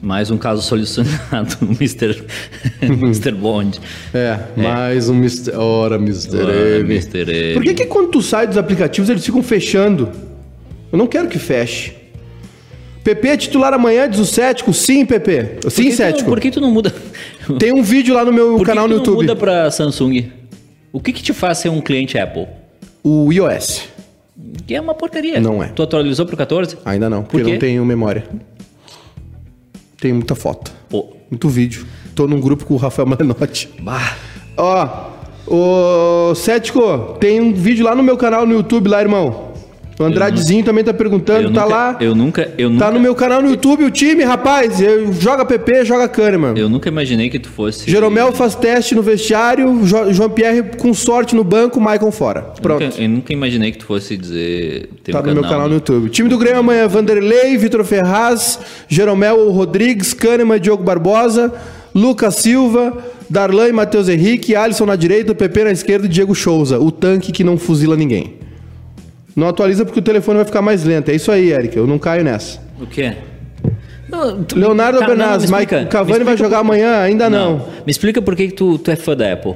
Speaker 5: Mais um caso solucionado, Mr. Mr. Bond.
Speaker 1: É, mais um Mr. Ora, Mr.
Speaker 5: Ah,
Speaker 1: M.
Speaker 5: Mr. M.
Speaker 1: Por que, que quando tu sai dos aplicativos eles ficam fechando? Eu não quero que feche. PP é titular amanhã, diz o cético. Sim, PP.
Speaker 3: Por
Speaker 1: Sim,
Speaker 3: que tu não-
Speaker 1: cético.
Speaker 3: Por que tu não muda?
Speaker 1: Tem um vídeo lá no meu
Speaker 3: Por que
Speaker 1: canal
Speaker 3: tu
Speaker 1: no
Speaker 3: não
Speaker 1: YouTube.
Speaker 3: muda pra Samsung? O que que te faz ser um cliente Apple?
Speaker 1: O iOS.
Speaker 3: Que é uma porcaria.
Speaker 1: Não é. Ah.
Speaker 3: Tu atualizou pro 14?
Speaker 1: Ainda não, porque
Speaker 3: Por quê?
Speaker 1: não tenho memória. Tenho muita foto,
Speaker 3: Pô.
Speaker 1: muito vídeo. Tô num grupo com o Rafael Malenotti.
Speaker 3: Bah.
Speaker 1: Ó, o Cético, tem um vídeo lá no meu canal no YouTube, lá, irmão. O Andradezinho também tá perguntando,
Speaker 5: Eu
Speaker 1: tá
Speaker 5: nunca-
Speaker 1: lá.
Speaker 5: Eu nunca, eu nunca,
Speaker 1: Tá no meu canal no YouTube, o time, rapaz. Eu- joga PP, joga Kahneman.
Speaker 5: eu nunca imaginei que tu fosse.
Speaker 1: Jeromel faz teste no vestiário, Jo- João Pierre com sorte no banco, Maicon fora. Pronto.
Speaker 5: Nunca, eu nunca imaginei que tu fosse dizer. Tem
Speaker 1: Tá
Speaker 5: um
Speaker 1: no meu canal no
Speaker 3: né?
Speaker 1: YouTube. Time do Grêmio amanhã, Vanderlei, Vitor Ferraz, Jeromel Rodrigues, Kahneman, Diogo Barbosa, Lucas Silva, Darlan e Matheus Henrique, Alisson na direita, PP na esquerda e Diego Souza, o tanque que não fuzila ninguém. Não atualiza porque o telefone vai ficar mais lento. É isso aí, Eric. Eu não caio nessa.
Speaker 3: O quê?
Speaker 1: Leonardo
Speaker 3: Cara, não, me
Speaker 1: Bernardes,
Speaker 3: explica.
Speaker 1: Mike Cavani
Speaker 3: Me
Speaker 1: vai
Speaker 3: explica
Speaker 1: jogar um. amanhã? Ainda não.
Speaker 3: Me explica por que que tu, tu é fã da Apple.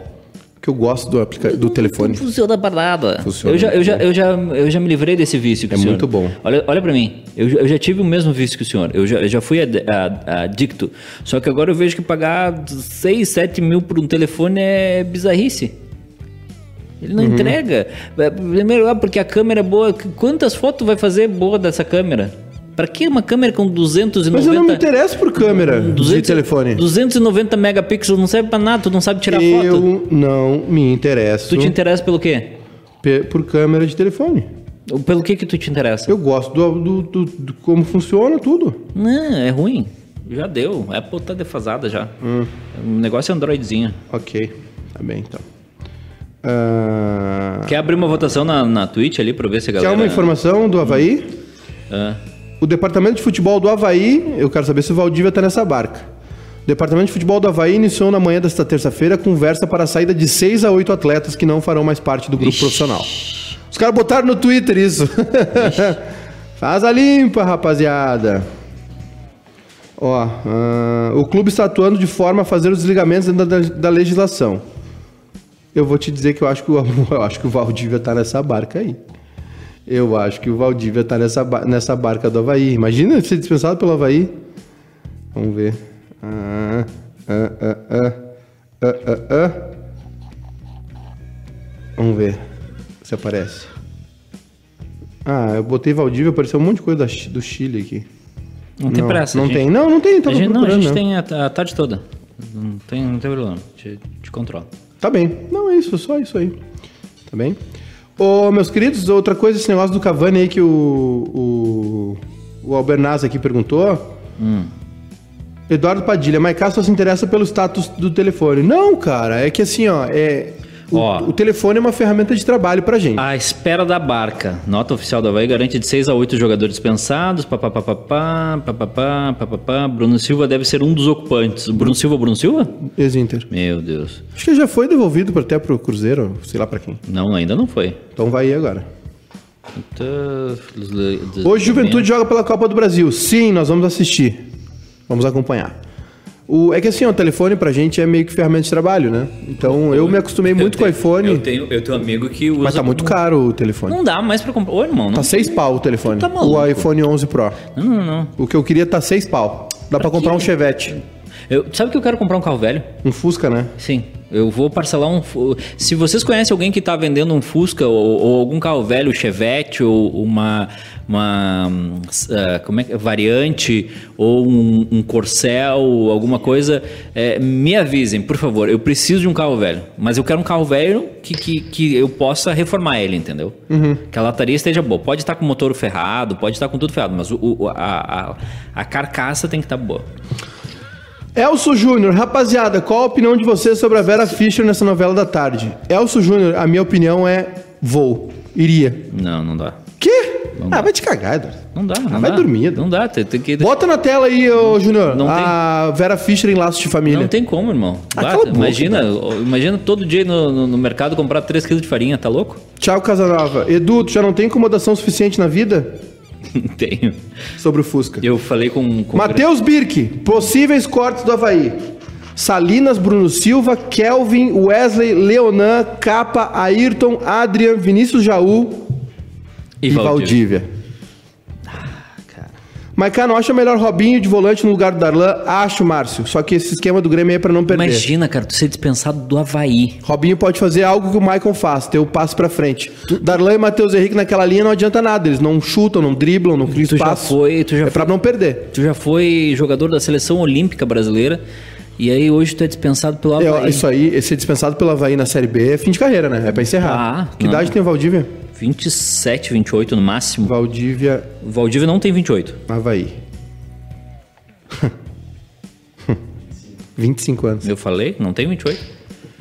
Speaker 1: Porque eu gosto do, aplica- do telefone.
Speaker 3: Funciona parada.
Speaker 1: Funciona
Speaker 3: eu, já, eu,
Speaker 1: muito
Speaker 3: já, eu, já, eu já me livrei desse vício que
Speaker 1: É
Speaker 3: o senhor.
Speaker 1: muito bom.
Speaker 3: Olha, olha pra mim. Eu, já- eu já tive o mesmo vício que o senhor. Eu já, eu já fui ad- a- adicto. Só que agora eu vejo que pagar 6, 7 mil por um telefone é bizarrice. Ele
Speaker 1: Uhum.
Speaker 3: não entrega. É, Primeiro lugar, porque a câmera é boa. Qu- Quantas fotos vai fazer boa dessa câmera? Pra que uma câmera com 290...
Speaker 1: Mas eu não me interesso por câmera de
Speaker 3: 200
Speaker 1: telefone.
Speaker 3: 290 megapixels não serve pra nada, tu não sabe tirar foto.
Speaker 1: Eu não me interesso
Speaker 3: Tu te interessa pelo quê?
Speaker 1: pe- por câmera de telefone.
Speaker 3: Pelo que que tu te interessa?
Speaker 1: Eu gosto do, do, do- do como funciona tudo.
Speaker 3: Não, é ruim. Já deu. A Apple tá defasada já.
Speaker 1: Hum.
Speaker 3: O negócio é Androidzinho.
Speaker 1: Ok, tá bem então. Ah,
Speaker 3: Quer abrir uma votação na, na Twitch ali pra ver se a
Speaker 1: quer
Speaker 3: galera... né?
Speaker 1: uma informação do Havaí?
Speaker 3: Ah.
Speaker 1: O departamento de futebol do Havaí, eu quero saber se o Valdívia tá nessa barca. O departamento de futebol do Havaí iniciou na manhã desta terça-feira conversa para a saída de seis a oito atletas que não farão mais parte do grupo profissional. Os caras botaram no Twitter isso. Faz a limpa, rapaziada. Ó, ah, o clube está atuando de forma a fazer os desligamentos dentro da, da legislação. Eu vou te dizer que eu acho que o, eu acho que o Valdívia tá nessa barca aí. Eu acho que o Valdívia tá nessa, ba- nessa barca do Havaí. Imagina ser dispensado pelo Havaí. Vamos ver. Ah, ah, ah, ah, ah, ah, ah. Vamos ver se aparece. Ah, eu botei Valdívia, apareceu um monte de coisa da Chi- do Chile aqui.
Speaker 3: Não tem pressa.
Speaker 1: Não
Speaker 3: gente.
Speaker 1: tem. Não, não tem.
Speaker 3: A
Speaker 1: Tava
Speaker 3: gente, não, a
Speaker 1: procurando, né?
Speaker 3: gente
Speaker 1: não.
Speaker 3: tem a, a tarde toda. Não tem, não tem problema. Te, te controla.
Speaker 1: Tá bem. Não, é isso, só isso aí. Tá bem? Ô, meus queridos, outra coisa, esse negócio do Cavani aí que o. O, o Albernaz aqui perguntou. Eduardo Padilha, Maicá só se interessa pelo status do telefone. Não, cara, é que assim, ó, é. O,
Speaker 3: Ó. Ah.
Speaker 1: o telefone é uma ferramenta de trabalho pra gente.
Speaker 3: A espera da barca. Nota oficial da Havaí garante de 6 a 8 jogadores dispensados. Papapá, papapá, papapá. Bruno Silva deve ser um dos ocupantes. O Bruno Silva, Bruno Silva?
Speaker 1: Ex-Inter.
Speaker 3: Meu Deus.
Speaker 1: Acho que já foi devolvido pra- até pro Cruzeiro, sei lá pra quem.
Speaker 3: Não, ainda não foi.
Speaker 1: Então vai aí agora.
Speaker 3: Então,
Speaker 1: Hoje Juventude joga pela Copa do Brasil. Sim, nós vamos assistir. Vamos acompanhar. O, é que assim, ó, o telefone pra gente é meio que ferramenta de trabalho, né? Então eu me acostumei muito com o iPhone,
Speaker 5: Eu tenho, eu tenho um amigo que usa.
Speaker 1: mas tá muito caro o telefone.
Speaker 3: Não dá mais pra comprar. Ô, irmão, não.
Speaker 1: Tá seis pau o telefone.
Speaker 3: Tá maluco.
Speaker 1: o iPhone 11 Pro.
Speaker 3: Não, não, não.
Speaker 1: O que eu queria tá seis pau. Dá pra, comprar um Chevette.
Speaker 3: Eu, sabe que eu quero comprar um carro velho?
Speaker 1: Um Fusca, né?
Speaker 3: Sim. Eu vou parcelar um. Fu- Se vocês conhecem alguém que tá vendendo um Fusca ou, ou algum carro velho, Chevette, ou uma. uma hum, s- ah, como é que é? Variante, ou um, um Corcel, ou alguma coisa, é, me avisem, por favor. Eu preciso de um carro velho. Mas eu quero um carro velho que, que, que eu possa reformar ele, entendeu?
Speaker 1: Uhum.
Speaker 3: Que a lataria esteja boa. Pode estar com o motor ferrado, pode estar com tudo ferrado, mas o, o- a, a, a carcaça tem que estar boa.
Speaker 1: Elso Júnior, rapaziada, qual a opinião de vocês sobre a Vera Fischer nessa novela da tarde? Elso Júnior, a minha opinião é vou. Iria.
Speaker 3: Não, não dá.
Speaker 1: Quê? Ah, vai te cagar, Eduardo.
Speaker 3: Não dá, não
Speaker 1: vai
Speaker 3: dá.
Speaker 1: dormir.
Speaker 3: Não dá, tem, tem que.
Speaker 1: Bota na tela aí, ô Júnior.
Speaker 3: Não tem.
Speaker 1: A Vera Fischer em Laços de Família.
Speaker 3: Não tem como, irmão.
Speaker 1: Ah,
Speaker 3: Bah,
Speaker 1: cala a boca,
Speaker 3: imagina, imagina todo dia ir no, no- no mercado comprar 3 kg de farinha, tá louco?
Speaker 1: Tchau, Casanova. Edu, tu já não tem incomodação suficiente na vida?
Speaker 6: Tenho.
Speaker 1: sobre o Fusca.
Speaker 6: Eu falei com. com
Speaker 1: Matheus Birk, possíveis cortes do Havaí. Salinas, Bruno Silva, Kelvin, Wesley, Leonan, Capa, Ayrton, Adrian, Vinícius Jaú e, Valdívia.
Speaker 3: Ah,
Speaker 1: Maicano, acha melhor Robinho de volante no lugar do Darlan? Acho, Márcio. Só que esse esquema do Grêmio aí é pra não perder.
Speaker 3: Imagina, cara, tu ser dispensado do Havaí.
Speaker 1: Robinho pode fazer algo que o Maicon faz, ter o passo pra frente. Darlan e Matheus Henrique naquela linha não adianta nada. Eles não chutam, não driblam, não criam
Speaker 3: Tu já
Speaker 1: espaço.
Speaker 3: foi- tu já
Speaker 1: é pra não perder.
Speaker 3: Tu já foi jogador da seleção olímpica brasileira e aí hoje tu é dispensado pelo
Speaker 1: É,
Speaker 3: Havaí.
Speaker 1: ó, isso aí, ser dispensado pela Havaí na Série B é fim de carreira, né? É pra encerrar.
Speaker 3: Ah,
Speaker 1: que
Speaker 3: não.
Speaker 1: idade tem o Valdívia?
Speaker 3: 27, 28 no máximo.
Speaker 1: Valdívia,
Speaker 3: O Valdívia não tem 28.
Speaker 1: Havaí. 25 anos.
Speaker 3: Eu falei? Não tem 28.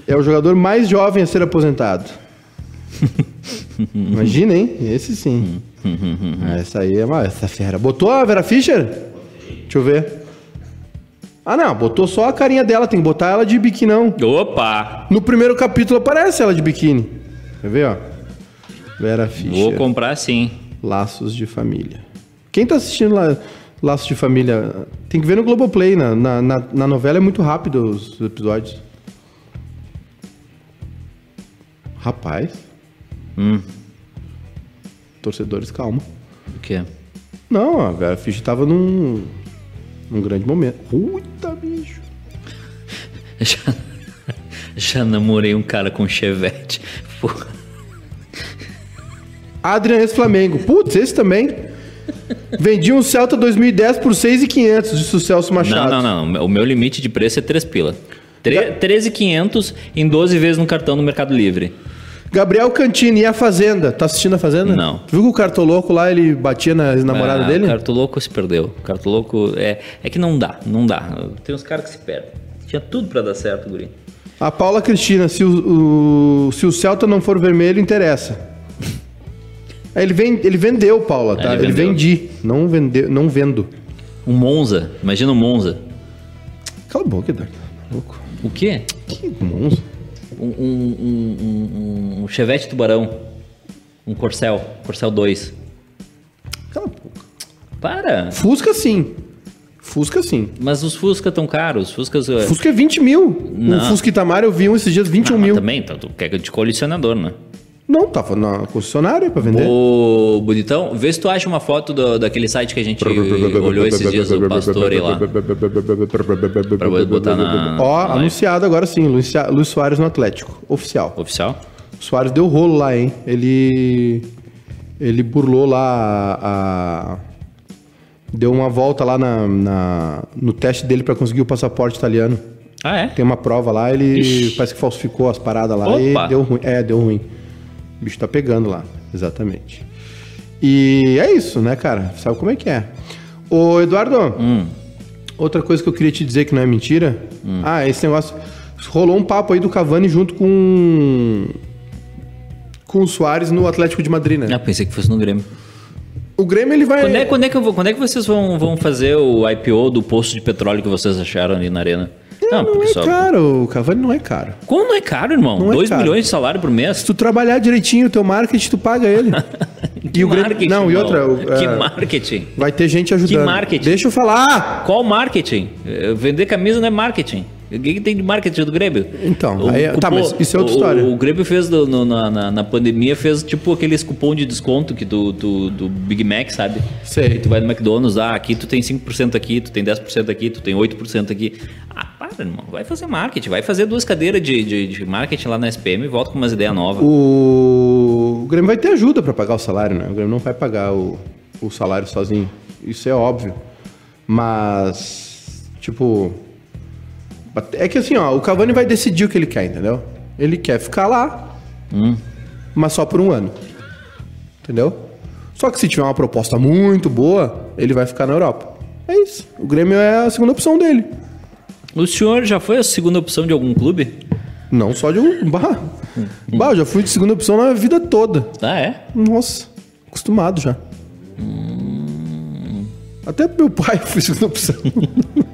Speaker 1: É o jogador mais jovem a ser aposentado. Imagina, hein? Esse sim. Ah, essa aí é uma, essa fera. Botou a Vera Fischer? Deixa eu ver. Ah, não. Botou só a carinha dela. Tem que botar ela de biquíni, não.
Speaker 3: Opa!
Speaker 1: No primeiro capítulo aparece ela de biquíni. Quer ver, ó? Vera
Speaker 3: Vou
Speaker 1: Fischer.
Speaker 3: comprar sim.
Speaker 1: Laços de Família. Quem tá assistindo lá, Laços de Família, tem que ver no Globoplay. Na, na, na, na novela é muito rápido os episódios. Rapaz. Torcedores, calma.
Speaker 3: O quê?
Speaker 1: Não, a Vera Fischer tava num, num grande momento. Puta, bicho.
Speaker 3: Já, já namorei um cara com chevette. Porra.
Speaker 1: Adrian ex-Flamengo. Putz, esse também. Vendi um Celta 2010 por 6,500, disse o Celso Machado.
Speaker 3: Não, não, não. O meu limite de preço é 3 pila. Tre-
Speaker 1: Tá.
Speaker 3: 13,500 em 12 vezes no cartão do Mercado Livre.
Speaker 1: Gabriel Cantini e a Fazenda. Tá assistindo a Fazenda?
Speaker 3: Não.
Speaker 1: Tu viu que o cartoloco lá, ele batia na ex-namorada
Speaker 3: Ah,
Speaker 1: dele?
Speaker 3: O Cartoloco se perdeu. O Cartoloco é, é que não dá, não dá. Tem uns caras que se perdem. Tinha tudo pra dar certo, guri.
Speaker 1: A Paula Cristina, se o, o- se o Celta não for vermelho, interessa. É, Ele, vem, ele vendeu, Paula, tá?
Speaker 3: É, ele
Speaker 1: ele
Speaker 3: vendeu.
Speaker 1: vendi. Não, vende, não vendo.
Speaker 3: O Um Monza, imagina o Monza.
Speaker 1: Cala a boca, Eduardo. Tá Louco.
Speaker 3: O quê?
Speaker 1: Que monstro.
Speaker 3: Um, um, um, um- um- um Chevette Tubarão. Um Corcel, Corcel 2.
Speaker 1: Cala a boca.
Speaker 3: Para!
Speaker 1: Fusca sim. Fusca sim.
Speaker 3: Mas os Fusca tão caros, os Fuscas... eh,
Speaker 1: Fusca é 20 mil.
Speaker 3: Não.
Speaker 1: O Fusca Itamar eu vi um esses dias, 21
Speaker 3: Ah, mas
Speaker 1: mil.
Speaker 3: também, então, tu quer de colecionador, né?
Speaker 1: Não, tava na concessionária pra vender.
Speaker 3: Ô, bonitão, vê se tu acha uma foto do- daquele site que a gente olhou esses dias do Pastore lá. Pra botar na...
Speaker 1: Ó,
Speaker 3: na live.
Speaker 1: anunciado agora sim, Luiz, Luiz Soares no Atlético, oficial.
Speaker 3: Oficial?
Speaker 1: O Soares deu rolo lá, hein? Ele ele burlou lá a, a- deu uma volta lá na, na- no teste dele pra conseguir o passaporte italiano.
Speaker 3: Ah, é?
Speaker 1: Tem uma prova lá, ele
Speaker 3: Ixi.
Speaker 1: parece que falsificou as paradas lá
Speaker 3: Opa.
Speaker 1: e deu ruim. É, deu ruim. O bicho tá pegando lá, exatamente. E é isso, né, cara? Sabe como é que é? Ô, Eduardo,
Speaker 3: Hum.
Speaker 1: outra coisa que eu queria te dizer que não é mentira. Ah, esse negócio. Rolou um papo aí do Cavani junto com. Com o Soares no Atlético de Madrid, né?
Speaker 3: Ah, pensei que fosse no Grêmio.
Speaker 1: O Grêmio ele vai.
Speaker 3: Quando é, quando é que, eu vou- quando é que vocês vão, vão fazer o IPO do poço de petróleo que vocês acharam ali na arena?
Speaker 1: Não, não é caro, o Cavani não é caro.
Speaker 3: Como não é caro, irmão?
Speaker 1: Não é
Speaker 3: 2
Speaker 1: caro.
Speaker 3: milhões de salário por mês?
Speaker 1: Se tu trabalhar direitinho o teu marketing, tu paga ele.
Speaker 3: Que
Speaker 1: e o Grêmio.
Speaker 3: marketing,
Speaker 1: Não, e
Speaker 3: irmão?
Speaker 1: outra. o-
Speaker 3: Que
Speaker 1: é,
Speaker 3: marketing?
Speaker 1: Vai ter gente ajudando.
Speaker 3: Que marketing?
Speaker 1: Deixa eu falar!
Speaker 3: Qual marketing? Eh, Vender camisa não é marketing. O que, que tem de marketing do Grêmio?
Speaker 1: Então, aí é- tá, mas isso é outra
Speaker 3: o-
Speaker 1: história.
Speaker 3: O, Grêmio fez do- no- na, na- na pandemia, fez tipo aqueles cupom de desconto que do, do, do Big Mac, sabe?
Speaker 1: Sei.
Speaker 3: Que tu vai no McDonald's, ah, aqui tu tem 5% aqui, tu tem 10% aqui, tu tem 8% aqui. Ah, para, irmão. Vai fazer marketing, vai fazer duas cadeiras de, de- de marketing lá na SPM e volta com umas ideias novas.
Speaker 1: O... o Grêmio vai ter ajuda pra pagar o salário, né? O Grêmio não vai pagar o, o salário sozinho. Isso é óbvio. Mas, tipo. É que assim, ó, o Cavani vai decidir o que ele quer, entendeu? Ele quer ficar lá, mas só por um ano. Entendeu? Só que se tiver uma proposta muito boa, ele vai ficar na Europa. É isso. O Grêmio é a segunda opção dele.
Speaker 3: O senhor já foi a segunda opção de algum clube?
Speaker 1: Não só de um. Bah, bah eu já fui de segunda opção na vida toda.
Speaker 3: Ah, é?
Speaker 1: Nossa, acostumado já. Até pro meu pai eu fui segunda opção.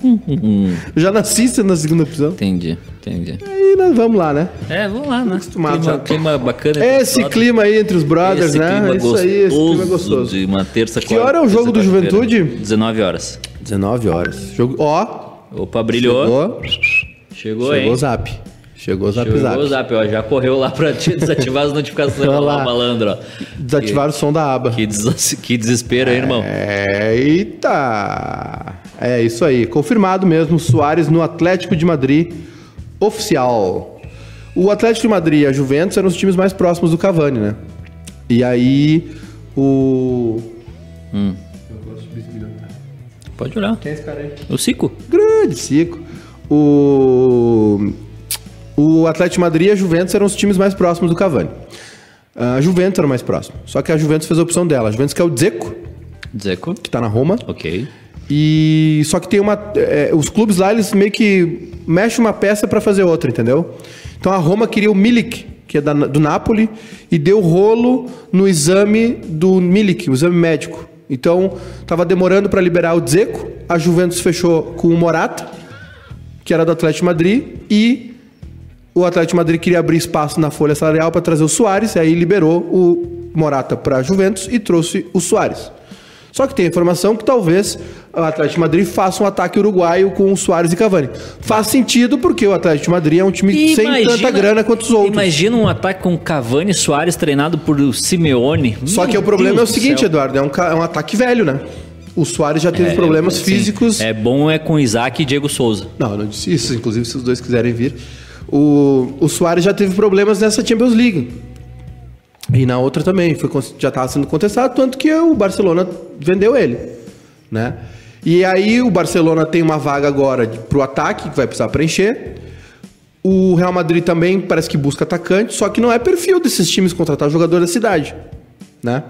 Speaker 1: Eu já nasci sendo a segunda opção.
Speaker 7: Entendi, entendi.
Speaker 1: Aí nós vamos lá, né?
Speaker 3: É, vamos lá, né?
Speaker 1: acostumado,
Speaker 3: clima,
Speaker 1: sabe?
Speaker 3: clima bacana.
Speaker 1: Esse
Speaker 3: episódio.
Speaker 1: clima aí entre os brothers,
Speaker 3: É, Esse
Speaker 1: né?
Speaker 3: clima
Speaker 1: Isso aí, esse clima gostoso.
Speaker 7: De uma terça
Speaker 1: Que hora é o jogo do
Speaker 7: quarta-feira.
Speaker 1: Juventude?
Speaker 7: 19 horas.
Speaker 1: 19 horas. Jogo... Ó,
Speaker 7: Opa, brilhou.
Speaker 1: chegou,
Speaker 7: Chegou,
Speaker 1: chegou o
Speaker 7: hein?
Speaker 1: zap. Chegou o zap
Speaker 7: Chegou
Speaker 1: zap.
Speaker 7: o zap, ó. Já correu lá pra te desativar as notificações. Olha
Speaker 1: lá.
Speaker 7: lá, o malandro, ó.
Speaker 1: Desativaram o som da aba.
Speaker 7: Que, des- que desespero, hein,
Speaker 1: É.
Speaker 7: irmão?
Speaker 1: Eita! É isso aí, confirmado mesmo, Soares no Atlético de Madrid, oficial. O Atlético de Madrid e a Juventus eram os times mais próximos do Cavani, né? E aí, o...
Speaker 3: Pode olhar.
Speaker 1: Quem é esse cara aí?
Speaker 3: O Cico.
Speaker 1: Grande Cico. O... O Atlético de Madrid e a Juventus eram os times mais próximos do Cavani. A Juventus era o mais próximo. Só que a Juventus fez a opção dela. A Juventus quer o Zeco,
Speaker 7: Zeco.
Speaker 1: que tá na Roma.
Speaker 7: Ok.
Speaker 1: E só que tem uma, é, os clubes lá eles meio que mexem uma peça pra fazer outra, entendeu? Então a Roma queria o Milik, que é da- do Napoli, e deu rolo no exame do Milik, o exame médico. Então tava demorando pra liberar o Dzeko, a Juventus fechou com o Morata, que era do Atlético de Madrid, e o Atlético de Madrid queria abrir espaço na folha salarial para trazer o Soares, e aí liberou o Morata para a Juventus e trouxe o Soares. Só que tem a informação que talvez o Atlético de Madrid faça um ataque uruguaio com o Soares e Cavani. Faz sentido porque o Atlético de Madrid é um time sem tanta grana quanto os outros.
Speaker 3: Imagina um ataque com Cavani e Soares treinado por Simeone.
Speaker 1: Só
Speaker 3: Meu
Speaker 1: que o problema
Speaker 3: Deus
Speaker 1: é o
Speaker 3: do
Speaker 1: seguinte,
Speaker 3: céu.
Speaker 1: Eduardo, é um, ca- é um ataque velho, né? O Soares já teve problemas
Speaker 3: Assim,
Speaker 1: físicos.
Speaker 3: É bom é com Isaac e Diego Souza.
Speaker 1: Não, eu não disse isso. Inclusive, se os dois quiserem vir. O, o Soares já teve problemas nessa Champions League. E na outra também. Foi, con- já estava sendo contestado, tanto que o Barcelona vendeu ele. Né? E aí o Barcelona tem uma vaga agora para o ataque, que vai precisar preencher. O Real Madrid também parece que busca atacante, só que não é perfil desses times contratar jogador da cidade. Né?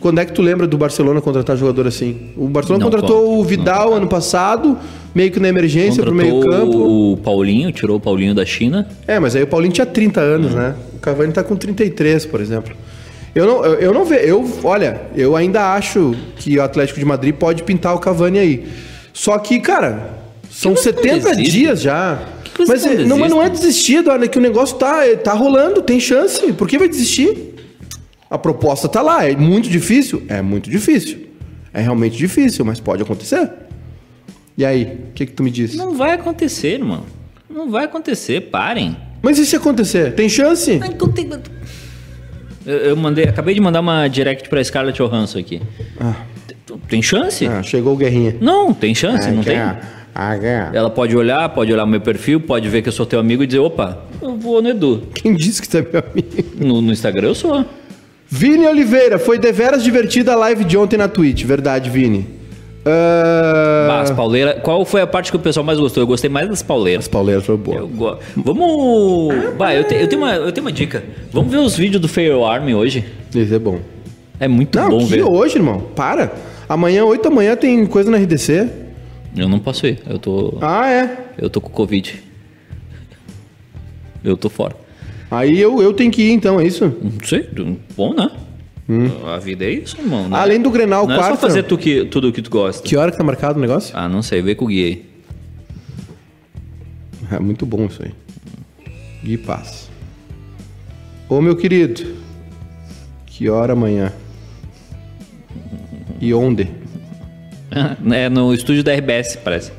Speaker 1: Quando é que tu lembra do Barcelona contratar jogador assim? O Barcelona
Speaker 3: Não
Speaker 1: contratou
Speaker 3: conta,
Speaker 1: o Vidal ano passado, meio que na emergência é pro meio campo.
Speaker 3: o o Paulinho, tirou o Paulinho da China.
Speaker 1: É, mas aí o Paulinho tinha 30 anos, né? O Cavani tá com 33, por exemplo. Eu não, eu, eu não vejo. Eu, olha, eu ainda acho que o Atlético de Madrid pode pintar o Cavani aí. Só que, cara, são
Speaker 3: vocês não
Speaker 1: 70
Speaker 3: desistem?
Speaker 1: dias já.
Speaker 3: que
Speaker 1: mas
Speaker 3: vocês não
Speaker 1: é- não, mas não é
Speaker 3: desistem?
Speaker 1: desistir, Eduardo, é que o negócio tá, é, tá rolando, tem chance. Por que vai desistir? A proposta tá lá, é muito difícil? É muito difícil. É realmente difícil, mas pode acontecer. E aí, o que, que tu me diz?
Speaker 3: Não vai acontecer, irmão. Não vai acontecer, parem.
Speaker 1: Mas e se acontecer? Tem chance?
Speaker 3: Eu, eu mandei, acabei de mandar uma direct pra Scarlett Johansson aqui. T- Tem chance?
Speaker 1: Ah, É, chegou o Guerrinha.
Speaker 3: Não, tem chance, não tem.
Speaker 1: Ah, ganha.
Speaker 3: Ela pode olhar, pode olhar meu perfil, pode ver que eu sou teu amigo e dizer, opa, eu vou no Edu.
Speaker 1: Quem disse que tu é meu amigo?
Speaker 3: No, no Instagram eu sou.
Speaker 1: Ah. Vini Oliveira, foi deveras divertida a live de ontem na Twitch. Verdade, Vini. Ah,
Speaker 3: Bah, as pauleiras. Qual foi a parte que o pessoal mais gostou? Eu gostei mais das pauleiras.
Speaker 1: As pauleiras foram boas.
Speaker 3: Eu go- Vamos. Bah, eu, te- eu tenho uma, eu tenho uma dica. Vamos ver os vídeos do Fair Army hoje.
Speaker 1: Isso é bom.
Speaker 3: É muito
Speaker 1: Não,
Speaker 3: bom
Speaker 1: que
Speaker 3: ver.
Speaker 1: hoje, irmão. Para. Amanhã, 8 da manhã, tem coisa na RDC.
Speaker 3: Eu não posso ir. Eu tô.
Speaker 1: Ah, é.
Speaker 3: Eu tô com Covid. Eu tô fora.
Speaker 1: Aí eu, eu tenho que ir, então, é isso?
Speaker 3: Não sei, tu- bom, né? A vida é isso, irmão. né?
Speaker 1: Hum. Além do né? Grenal,
Speaker 3: Não é só
Speaker 1: quarta.
Speaker 3: fazer tu que, tudo o que tu gosta.
Speaker 1: Que hora que tá marcado o negócio?
Speaker 3: Ah, não sei, vê com o Gui aí.
Speaker 1: É muito bom isso aí. Gui Paz. Ô meu querido, que hora amanhã? E onde?
Speaker 3: É no estúdio da RBS, parece.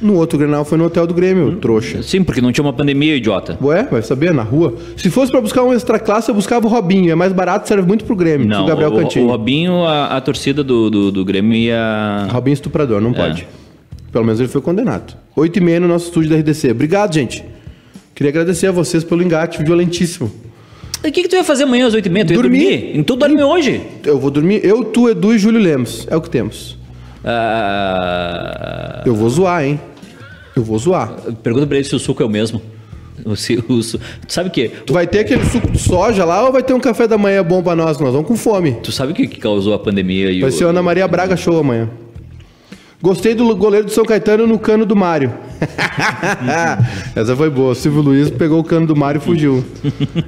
Speaker 1: No outro Grenal foi no hotel do Grêmio,
Speaker 3: Hum.
Speaker 1: trouxa.
Speaker 3: Sim, porque não tinha uma pandemia, idiota.
Speaker 1: Ué, vai saber, na rua? Se fosse pra buscar um extra classe, eu buscava o Robinho. É mais barato, serve muito pro Grêmio.
Speaker 3: Não,
Speaker 1: o Gabriel
Speaker 3: o,
Speaker 1: Cantinho.
Speaker 3: o Robinho, a, a torcida do, do, do Grêmio ia.
Speaker 1: Robinho estuprador,
Speaker 3: É.
Speaker 1: não pode. Pelo menos ele foi condenado. 8 e meia no nosso estúdio da RDC. Obrigado, gente. Queria agradecer a vocês pelo engate violentíssimo.
Speaker 3: E O que, que tu ia fazer amanhã às 8h30? Tu ia
Speaker 1: Dormir.
Speaker 3: dormir? Então dorme hoje.
Speaker 1: Eu vou dormir, eu, tu, Edu e Júlio Lemos. É o que temos.
Speaker 3: Ah,
Speaker 1: Eu vou zoar, hein? Eu vou zoar.
Speaker 3: pergunta pra ele se o suco é o mesmo. O, se, o, su- tu sabe o que?
Speaker 1: Tu vai ter aquele suco de soja lá ou vai ter um café da manhã bom pra nós? Nós vamos com fome.
Speaker 3: Tu sabe o que que causou a pandemia e
Speaker 1: Vai
Speaker 3: o-
Speaker 1: ser o Ana Maria Braga show amanhã. Gostei do goleiro do São Caetano no cano do Mário. Essa foi boa. O Silvio Luiz pegou o cano do Mário e fugiu.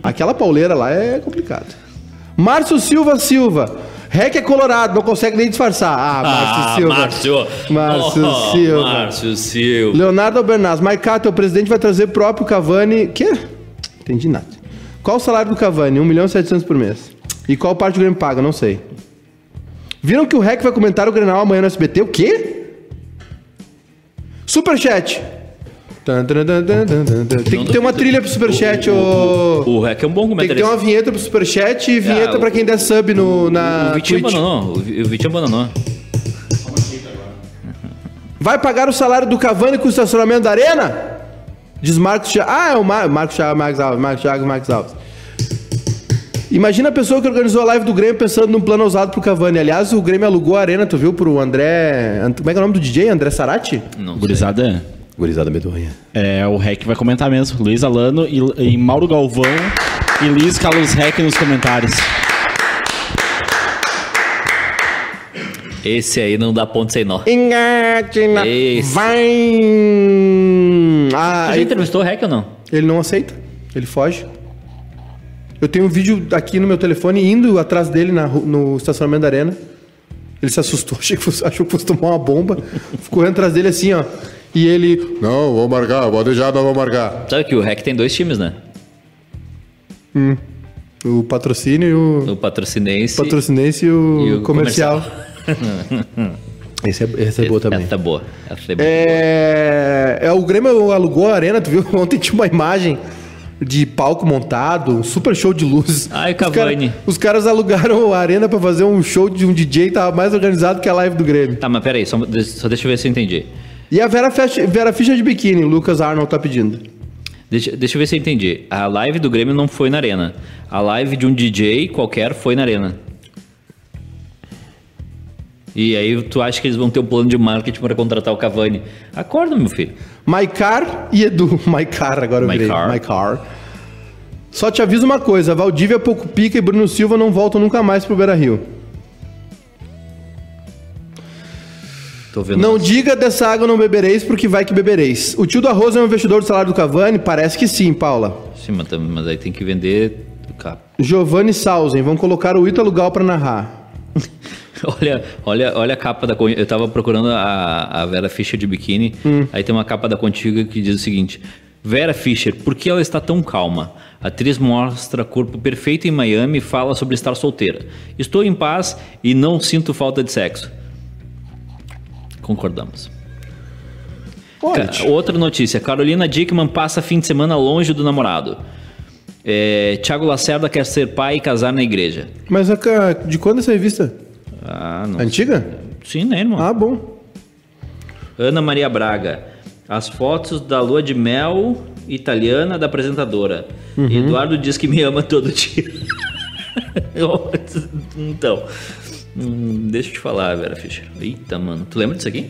Speaker 1: Aquela pauleira lá é complicado. Márcio Silva Silva. REC é colorado, não consegue nem disfarçar. Ah, Márcio
Speaker 3: Ah,
Speaker 1: Silva.
Speaker 3: Márcio.
Speaker 1: Márcio
Speaker 3: Oh,
Speaker 1: Silva.
Speaker 3: Márcio Silva.
Speaker 1: Leonardo Albernaz, Maicato, o presidente vai trazer próprio Cavani. Quê? Entendi nada. Qual o salário do Cavani? 1 milhão e 700 por mês. E qual parte o Grêmio paga? Não sei. Viram que o REC vai comentar o Grenal amanhã no SBT? O quê? Superchat. Tan, tan, tan, tan, tan, tan, tan. Tem que ter uma trilha pro Superchat, ô.
Speaker 3: O REC é um bom
Speaker 1: Tem que
Speaker 3: comentarista.
Speaker 1: ter uma vinheta pro Superchat e vinheta
Speaker 3: o-
Speaker 1: pra quem der sub no, na
Speaker 3: O Vitinho
Speaker 1: Twitch.
Speaker 3: abandonou. O Vi- o Vitinho abandonou.
Speaker 1: Vai pagar o salário do Cavani com o estacionamento da arena? Diz Marcos Thiago. Ah, é o Mar Marcos Thiago, Marcos Alves, Marcos Thiago, Marcos Alves. Imagina a pessoa que organizou a live do Grêmio pensando num plano ousado pro Cavani. Aliás, o Grêmio alugou a arena, tu viu, pro André... Ant- Como é que é o nome do DJ? André Sarati?
Speaker 3: Não sei.
Speaker 8: Gurizada,
Speaker 1: Gurizada medonha.
Speaker 8: é, o REC vai comentar mesmo. Luiz Alano e, e Mauro Galvão e Luiz Carlos REC nos comentários.
Speaker 3: Esse aí não dá ponto sem nó.
Speaker 1: Engate na...
Speaker 3: Isso.
Speaker 1: Vai... Ah,
Speaker 3: Você já entrevistou o REC ou não?
Speaker 1: Ele não aceita, ele foge. Eu tenho um vídeo aqui no meu telefone indo atrás dele na ru- no estacionamento da arena. Ele se assustou, achei que fosse- achou que fosse tomar uma bomba. Ficou correndo atrás dele assim, ó. E ele.
Speaker 2: Não, vou marcar, vou deixar, não vou marcar.
Speaker 3: Sabe que o REC tem dois times, né?
Speaker 1: O patrocínio e o.
Speaker 3: O patrocinense
Speaker 1: Patrocinense e o,
Speaker 3: e o
Speaker 1: comercial. Esse é, esse é boa também.
Speaker 3: Essa tá boa. Essa é boa.
Speaker 1: É, é, o Grêmio alugou a arena, tu viu? Ontem tinha uma imagem de palco montado, um super show de luzes.
Speaker 3: Ai,
Speaker 1: Os cara-
Speaker 3: Cavani.
Speaker 1: Os, caras alugaram a arena pra fazer um show de um DJ, tava mais organizado que a live do Grêmio.
Speaker 3: Tá, mas peraí, só, só deixa eu ver se eu entendi.
Speaker 1: E a Vera, Fech- Vera Ficha de biquíni, o Lucas Arnold tá pedindo.
Speaker 3: Deixa, deixa eu ver se eu entendi. A live do Grêmio não foi na arena. A live de um DJ qualquer foi na arena. E aí tu acha que eles vão ter um plano de marketing para contratar o Cavani? Acorda, meu filho.
Speaker 1: Maicar e Edu. Maicar, agora eu virei.
Speaker 3: Maicar.
Speaker 1: Maicar. Só te aviso uma coisa: Valdívia, Pouco Pica e Bruno Silva não voltam nunca mais pro Beira Rio.
Speaker 3: Tô vendo.
Speaker 1: Não diga dessa água não bebereis, porque vai que bebereis. O tio do arroz é um investidor do salário do Cavani? Parece que sim, Paula.
Speaker 3: Sim, mas, tam- mas aí tem que vender. Cara,
Speaker 1: Giovanni Sausen, vão colocar o Ítalo Gal pra narrar.
Speaker 3: Olha, olha, olha a capa da. con- Eu tava procurando a, a Vera Fischer de biquíni. Aí tem uma capa da Contigo que diz o seguinte: Vera Fischer, por que ela está tão calma? A atriz mostra corpo perfeito em Miami e fala sobre estar solteira. Estou em paz e não sinto falta de sexo. Concordamos.
Speaker 1: Olha,
Speaker 3: Ca-
Speaker 1: tio.
Speaker 3: Outra notícia: Carolina Dickman passa fim de semana longe do namorado. É, Tiago Lacerda quer ser pai e casar na igreja.
Speaker 1: mas a ca- de quando essa revista?
Speaker 3: Ah, não.
Speaker 1: Antiga?
Speaker 3: Sim, né, irmão?
Speaker 1: Ah, bom.
Speaker 3: Ana Maria Braga. As fotos da lua de mel italiana da apresentadora. Eduardo diz que me ama todo dia. Eu- então, hum, deixa eu te falar, Vera Fischer. Eita, mano. Tu lembra disso aqui?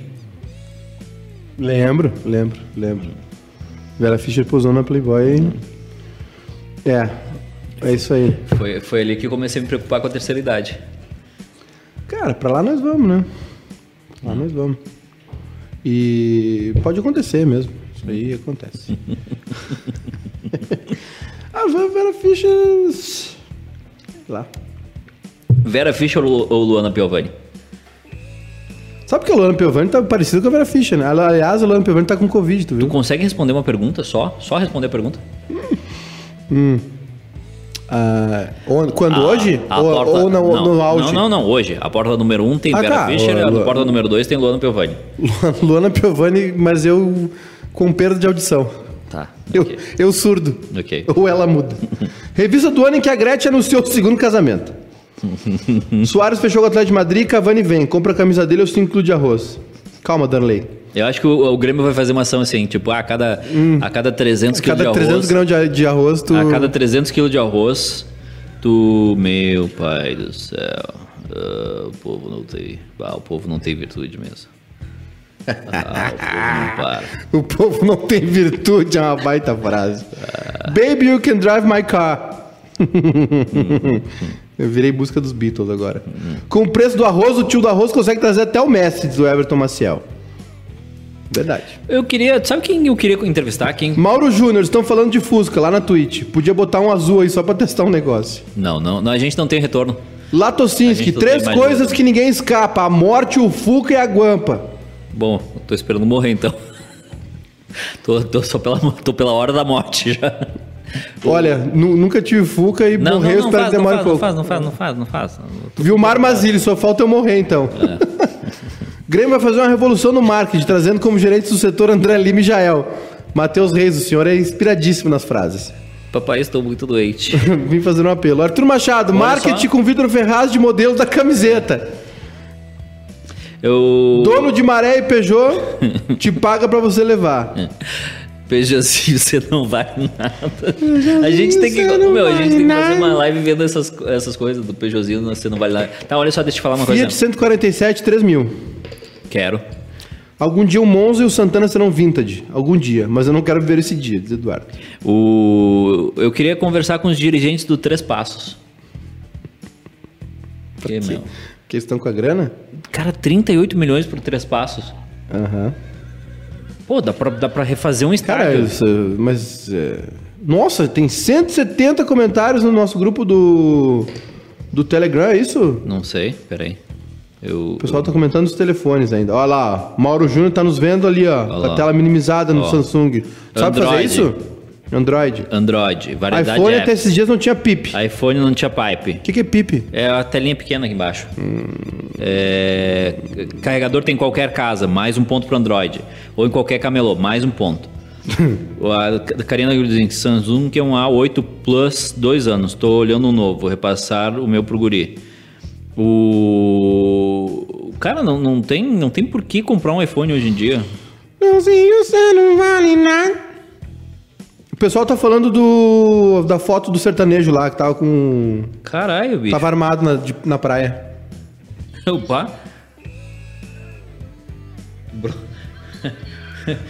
Speaker 1: Lembro, lembro, lembro. Vera Fischer posou na Playboy. É, é isso aí.
Speaker 3: Foi, foi ali que eu comecei a me preocupar com a terceira idade.
Speaker 1: Cara, pra lá nós vamos, né? Pra lá nós vamos. E pode acontecer mesmo. Isso aí acontece. a Van Vera Fischer. sei lá.
Speaker 3: Vera Fischer ou Lu- ou Luana Piovani?
Speaker 1: Sabe que a Luana Piovani tá parecida com a Vera Fischer, né? Ela- Aliás, a Luana Piovani tá com Covid, tu viu?
Speaker 3: Tu consegue responder uma pergunta só? Só responder a pergunta?
Speaker 1: Ah, on- quando?
Speaker 3: A-
Speaker 1: hoje?
Speaker 3: a
Speaker 1: ou
Speaker 3: porta-
Speaker 1: ou no,
Speaker 3: não,
Speaker 1: no auge?
Speaker 3: Não, não, não. Hoje. A porta número 1 um tem
Speaker 1: Ah,
Speaker 3: Vera
Speaker 1: tá.
Speaker 3: Fischer, a
Speaker 1: Lu-
Speaker 3: porta número 2 tem Luana Piovani.
Speaker 1: Luana Piovani, mas eu com perda de audição.
Speaker 3: Tá.
Speaker 1: Eu,
Speaker 3: ok.
Speaker 1: eu surdo.
Speaker 3: Ok.
Speaker 1: Ou ela muda. Revista do ano em que a Gretchen anunciou o segundo casamento. Soares fechou com o Atlético de Madrid, Cavani vem. Compra a camisa dele ou 5 quilos de arroz. Calma, Danley.
Speaker 3: Eu acho que o, o Grêmio vai fazer uma ação assim, tipo, ah, a cada, a cada 300 quilos de
Speaker 1: Hum. Cada
Speaker 3: arroz...
Speaker 1: 300 gramas de, de arroz, tu...
Speaker 3: A cada 300 quilos de arroz, tu... Meu pai do céu, ah, o povo não tem... Ah, o povo não tem virtude mesmo. Ah, o povo
Speaker 1: O povo não
Speaker 3: não para.
Speaker 1: tem virtude, é uma baita frase.
Speaker 3: Ah.
Speaker 1: Baby, you can drive my car. Eu virei busca dos Beatles agora.
Speaker 3: Uhum.
Speaker 1: Com o preço do arroz, o tio do arroz consegue trazer até o Messi, diz o Everton Maciel. Verdade.
Speaker 3: Eu queria... Sabe quem eu queria entrevistar? Quem...
Speaker 1: Mauro Júnior, estão falando de Fusca lá na Twitch. Podia botar um azul aí só pra testar um negócio.
Speaker 3: Não, não, não, a gente não tem retorno.
Speaker 1: Latocinski,
Speaker 9: A gente não
Speaker 1: três
Speaker 9: tem mais
Speaker 1: coisas
Speaker 9: nada.
Speaker 1: que ninguém escapa: a morte, o Fuca e a guampa.
Speaker 3: Bom, eu tô esperando morrer então. tô, tô só pela, tô pela hora da morte já.
Speaker 1: Olha, nu- nunca tive Fuca e
Speaker 3: Não, não,
Speaker 1: morrer,
Speaker 3: não,
Speaker 1: espero que
Speaker 3: faz, não,
Speaker 1: demore um
Speaker 3: faz, não
Speaker 1: pouco.
Speaker 3: faz, não faz, não faz, não faz.
Speaker 1: Vilmar Mazili, só falta eu morrer então.
Speaker 3: É.
Speaker 1: Grêmio vai fazer uma revolução no marketing, trazendo como gerentes do setor André Lima e Jael. Matheus Reis, o senhor é inspiradíssimo nas frases.
Speaker 3: Papai, estou muito doente.
Speaker 1: Vim fazer um apelo. Arthur Machado, marketing
Speaker 3: só.
Speaker 1: com Vitor Ferraz de modelo da camiseta.
Speaker 3: Eu.
Speaker 1: Dono de Maré e Peugeot te paga pra você
Speaker 3: É.
Speaker 1: levar.
Speaker 3: Veja assim, você não vale nada. A gente tem que.
Speaker 1: Você não
Speaker 3: Meu, a gente
Speaker 1: vale
Speaker 3: tem que fazer
Speaker 1: nada.
Speaker 3: uma live vendo essas, essas coisas do Peugeotzinho, você não vale nada. Tá, olha só, deixa eu te falar uma
Speaker 1: Fiat
Speaker 3: coisa.
Speaker 1: 147, 3 mil.
Speaker 3: Quero.
Speaker 1: Algum dia o Monza e o Santana serão vintage. Algum dia. Mas eu não quero viver esse dia, diz Eduardo.
Speaker 3: O... Eu queria conversar com os dirigentes do Três Passos. Porque, meu.
Speaker 1: Porque eles estão com a grana?
Speaker 3: Cara, 38 milhões por Três Passos.
Speaker 1: Aham.
Speaker 3: Pô, dá pra, dá pra refazer um
Speaker 1: Cara,
Speaker 3: estádio.
Speaker 1: isso- mas. é, Nossa, tem 170 comentários no nosso grupo do. Do Telegram, é isso?
Speaker 3: Não sei, peraí. Eu.
Speaker 1: O pessoal tá comentando os telefones ainda. Olha lá, ó. Mauro Júnior tá nos vendo ali, ó. Com a
Speaker 3: lá.
Speaker 1: tela minimizada no
Speaker 3: Ó.
Speaker 1: Samsung. Sabe fazer
Speaker 3: Android. é.
Speaker 1: isso? Android.
Speaker 3: Android, variedade
Speaker 1: iPhone até
Speaker 3: app.
Speaker 1: esses dias não tinha pip. O
Speaker 3: iPhone não tinha pipe.
Speaker 1: que, que é pip?
Speaker 3: É a telinha pequena aqui embaixo. É, carregador tem em qualquer casa, mais um ponto para Android. Ou em qualquer camelô, mais um ponto. a Karina Grudzinho, Samsung que é um A8 Plus, dois anos. Estou olhando um novo, vou repassar o meu pro guri. O... Cara, não, não tem, não tem por que comprar um iPhone hoje em dia.
Speaker 1: Nãozinho, você não vale nada. O pessoal tá falando do da foto do sertanejo lá, que tava com...
Speaker 3: Caralho, bicho.
Speaker 1: Tava armado na, de- na praia.
Speaker 3: Opa.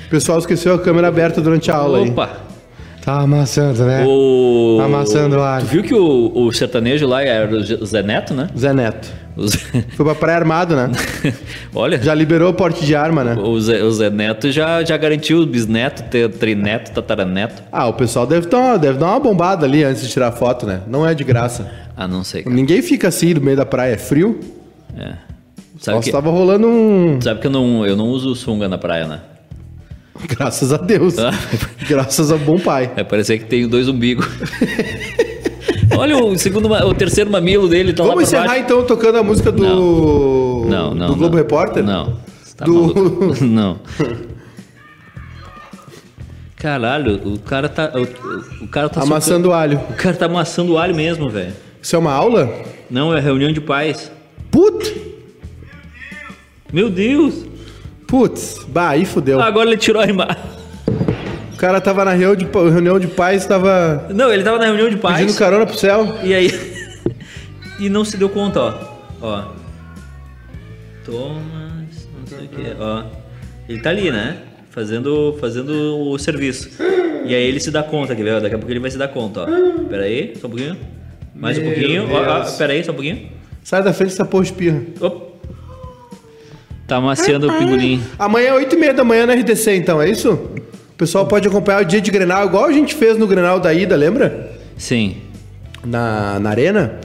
Speaker 1: O pessoal esqueceu a câmera aberta durante a aula aí.
Speaker 3: Opa.
Speaker 1: Tá amassando, né?
Speaker 3: O...
Speaker 1: Amassando lá.
Speaker 3: Tu viu que o, o sertanejo lá era o Zé Neto, né?
Speaker 1: Zé Neto.
Speaker 3: O Zé-
Speaker 1: Foi pra praia armado, né?
Speaker 3: Olha,
Speaker 1: Já liberou o porte de arma, né?
Speaker 3: o, Zé, o Zé Neto já, já garantiu o bisneto, te- trineto, tataraneto.
Speaker 1: Ah, o pessoal deve, tá, deve dar uma bombada ali antes de tirar foto, né? Não é de graça.
Speaker 3: Ah, não sei, cara.
Speaker 1: Ninguém fica assim no meio da praia, é frio.
Speaker 3: É.
Speaker 1: Nossa,
Speaker 3: Sabe,
Speaker 1: tá
Speaker 3: que,
Speaker 1: tava rolando um...
Speaker 3: sabe que eu não, eu não uso sunga na praia, né?
Speaker 1: Graças a Deus.
Speaker 3: Ah.
Speaker 1: Graças ao bom pai.
Speaker 3: É parecer que tenho dois umbigos. Olha o segundo, ma- o terceiro mamilo dele tá
Speaker 1: Vamos
Speaker 3: lá pra
Speaker 1: encerrar
Speaker 3: baixo.
Speaker 1: então tocando a música do.
Speaker 3: Não, não.
Speaker 1: Do Globo
Speaker 3: não.
Speaker 1: Repórter?
Speaker 3: Não. Você Tá
Speaker 1: Do-
Speaker 3: maluco. não. Caralho, o cara tá. O, o cara tá
Speaker 1: Amassando alho.
Speaker 3: socando- O cara tá amassando o alho mesmo, velho.
Speaker 1: Isso é uma aula?
Speaker 3: Não, é reunião de pais.
Speaker 1: Putz!
Speaker 3: Meu Deus!
Speaker 1: Putz! Bah, aí fudeu.
Speaker 3: Ah, agora ele tirou a imagem.
Speaker 1: O cara tava na reunião de, reunião de pais, tava
Speaker 3: Não, ele tava na reunião de pais.
Speaker 1: pedindo carona pro céu.
Speaker 3: E aí. e não se deu conta, ó. Ó. Thomas. Não sei o que. Ó. Ele tá ali, né? Fazendo, fazendo o serviço. E aí ele se dá conta, quer ver? Ó, Daqui a pouco ele vai se dar conta, ó. Pera aí, só um pouquinho. Mais um
Speaker 1: Meu
Speaker 3: pouquinho. Ó, ó,
Speaker 1: Deus.
Speaker 3: pera aí, só um pouquinho.
Speaker 1: Sai da frente dessa porra de pirra.
Speaker 3: Op. Tá maciando o pingolim.
Speaker 1: Amanhã é 8 e meia da manhã na RTC, então, é isso? O pessoal pode acompanhar o dia de Grenal, igual a gente fez no Grenal da Ida, lembra?
Speaker 3: Sim.
Speaker 1: na, na Arena,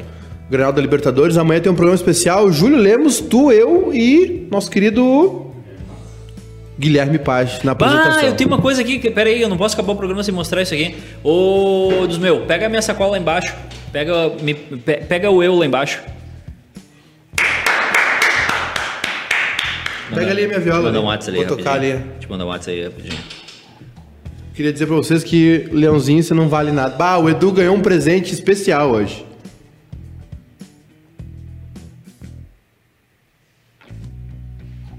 Speaker 1: Grenal da Libertadores. Amanhã tem um programa especial. Júlio Lemos, tu, eu e nosso querido Guilherme Paz na apresentação.
Speaker 3: Ah, eu tenho uma coisa aqui. Que, pera aí, eu não posso acabar o programa sem mostrar isso aqui. Ô, dos meu, pega a minha sacola lá embaixo. Pega, me- pe- pega o eu lá embaixo.
Speaker 1: Pega ali a minha viola.
Speaker 3: Manda um
Speaker 1: né?
Speaker 3: WhatsApp ali.
Speaker 1: Vou tocar
Speaker 3: rapidinho.
Speaker 1: ali.
Speaker 3: Te manda um WhatsApp aí rapidinho.
Speaker 1: Queria dizer pra vocês que Leãozinho, você não vale nada. Bah, o Edu ganhou um presente especial hoje.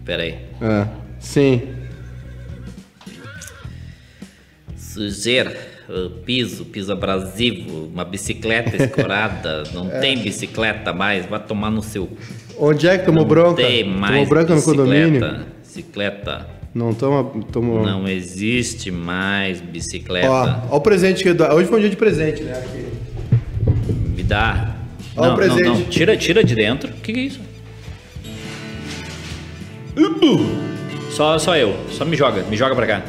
Speaker 3: Pera aí.
Speaker 1: Ah, sim.
Speaker 9: Sujeira, eh, piso, piso abrasivo, uma bicicleta escorada, não
Speaker 1: É.
Speaker 9: tem bicicleta mais, vai tomar no seu.
Speaker 1: Onde é que tomou bronca?
Speaker 9: Tem
Speaker 1: Tomou
Speaker 9: mais
Speaker 1: bronca no condomínio?
Speaker 9: bicicleta. Bicicleta.
Speaker 1: Não toma. Tomou.
Speaker 9: Não existe mais bicicleta.
Speaker 1: Ó, ó o presente que o Eduardo. Hoje foi um dia de presente, né? Aqui.
Speaker 9: Me dá.
Speaker 1: Ó o presente.
Speaker 3: Tira, tira de dentro. O que, que é isso? Só, só eu. Só me joga. Me joga pra cá.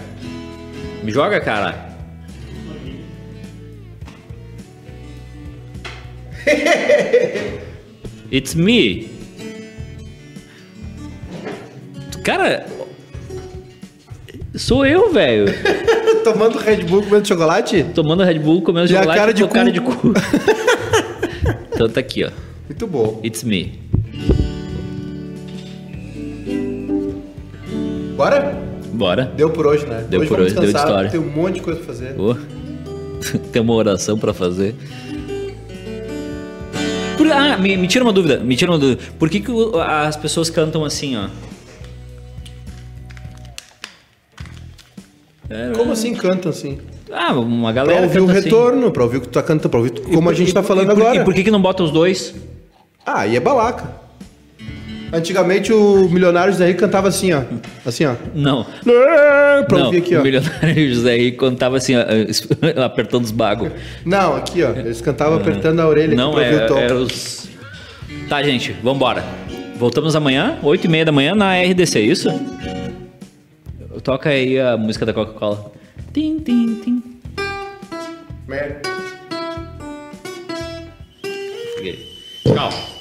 Speaker 3: Me joga, cara. It's me. Cara, sou eu, velho.
Speaker 1: Tomando Red Bull comendo chocolate?
Speaker 3: Tomando Red Bull, comendo
Speaker 1: E a
Speaker 3: chocolate
Speaker 1: cara de
Speaker 3: com
Speaker 1: cu.
Speaker 3: cara de cu. então tá aqui, ó.
Speaker 1: Muito bom.
Speaker 3: It's me.
Speaker 1: Bora?
Speaker 3: Bora.
Speaker 1: Deu por hoje, né?
Speaker 3: Deu por
Speaker 1: vamos
Speaker 3: hoje, deu de
Speaker 1: descansar,
Speaker 3: história.
Speaker 1: Tem um monte de coisa pra fazer.
Speaker 3: Ô, Tem uma oração pra fazer. Por- ah, me, me tira uma dúvida. Me tira uma dúvida. Por que, que o- as pessoas cantam assim, ó?
Speaker 1: Como assim canta assim?
Speaker 3: Ah, uma galera.
Speaker 1: Pra ouvir o
Speaker 3: canta assim.
Speaker 1: retorno, pra ouvir o que tu tá cantando, pra ouvir tu- como a gente tá
Speaker 3: E
Speaker 1: falando
Speaker 3: por,
Speaker 1: agora.
Speaker 3: E por que, que não bota os dois?
Speaker 1: Ah, e é balaca. Antigamente o Milionários daí cantava assim, ó. Assim, ó.
Speaker 3: Não.
Speaker 1: Pra
Speaker 3: não,
Speaker 1: ouvir aqui, ó.
Speaker 3: o milionário José Henrique contava assim, ó, es- apertando os bagos.
Speaker 1: Não, aqui, ó. Eles cantavam apertando a orelha
Speaker 3: Não,
Speaker 1: aqui pra ouvir
Speaker 3: é,
Speaker 1: o tom.
Speaker 3: é os... Tá, gente, vambora. Voltamos amanhã, 8 e meia da manhã, na RDC, é isso? Toca aí a música da Coca-Cola. Tim, tim, tim.
Speaker 1: Merda.
Speaker 3: Tchau.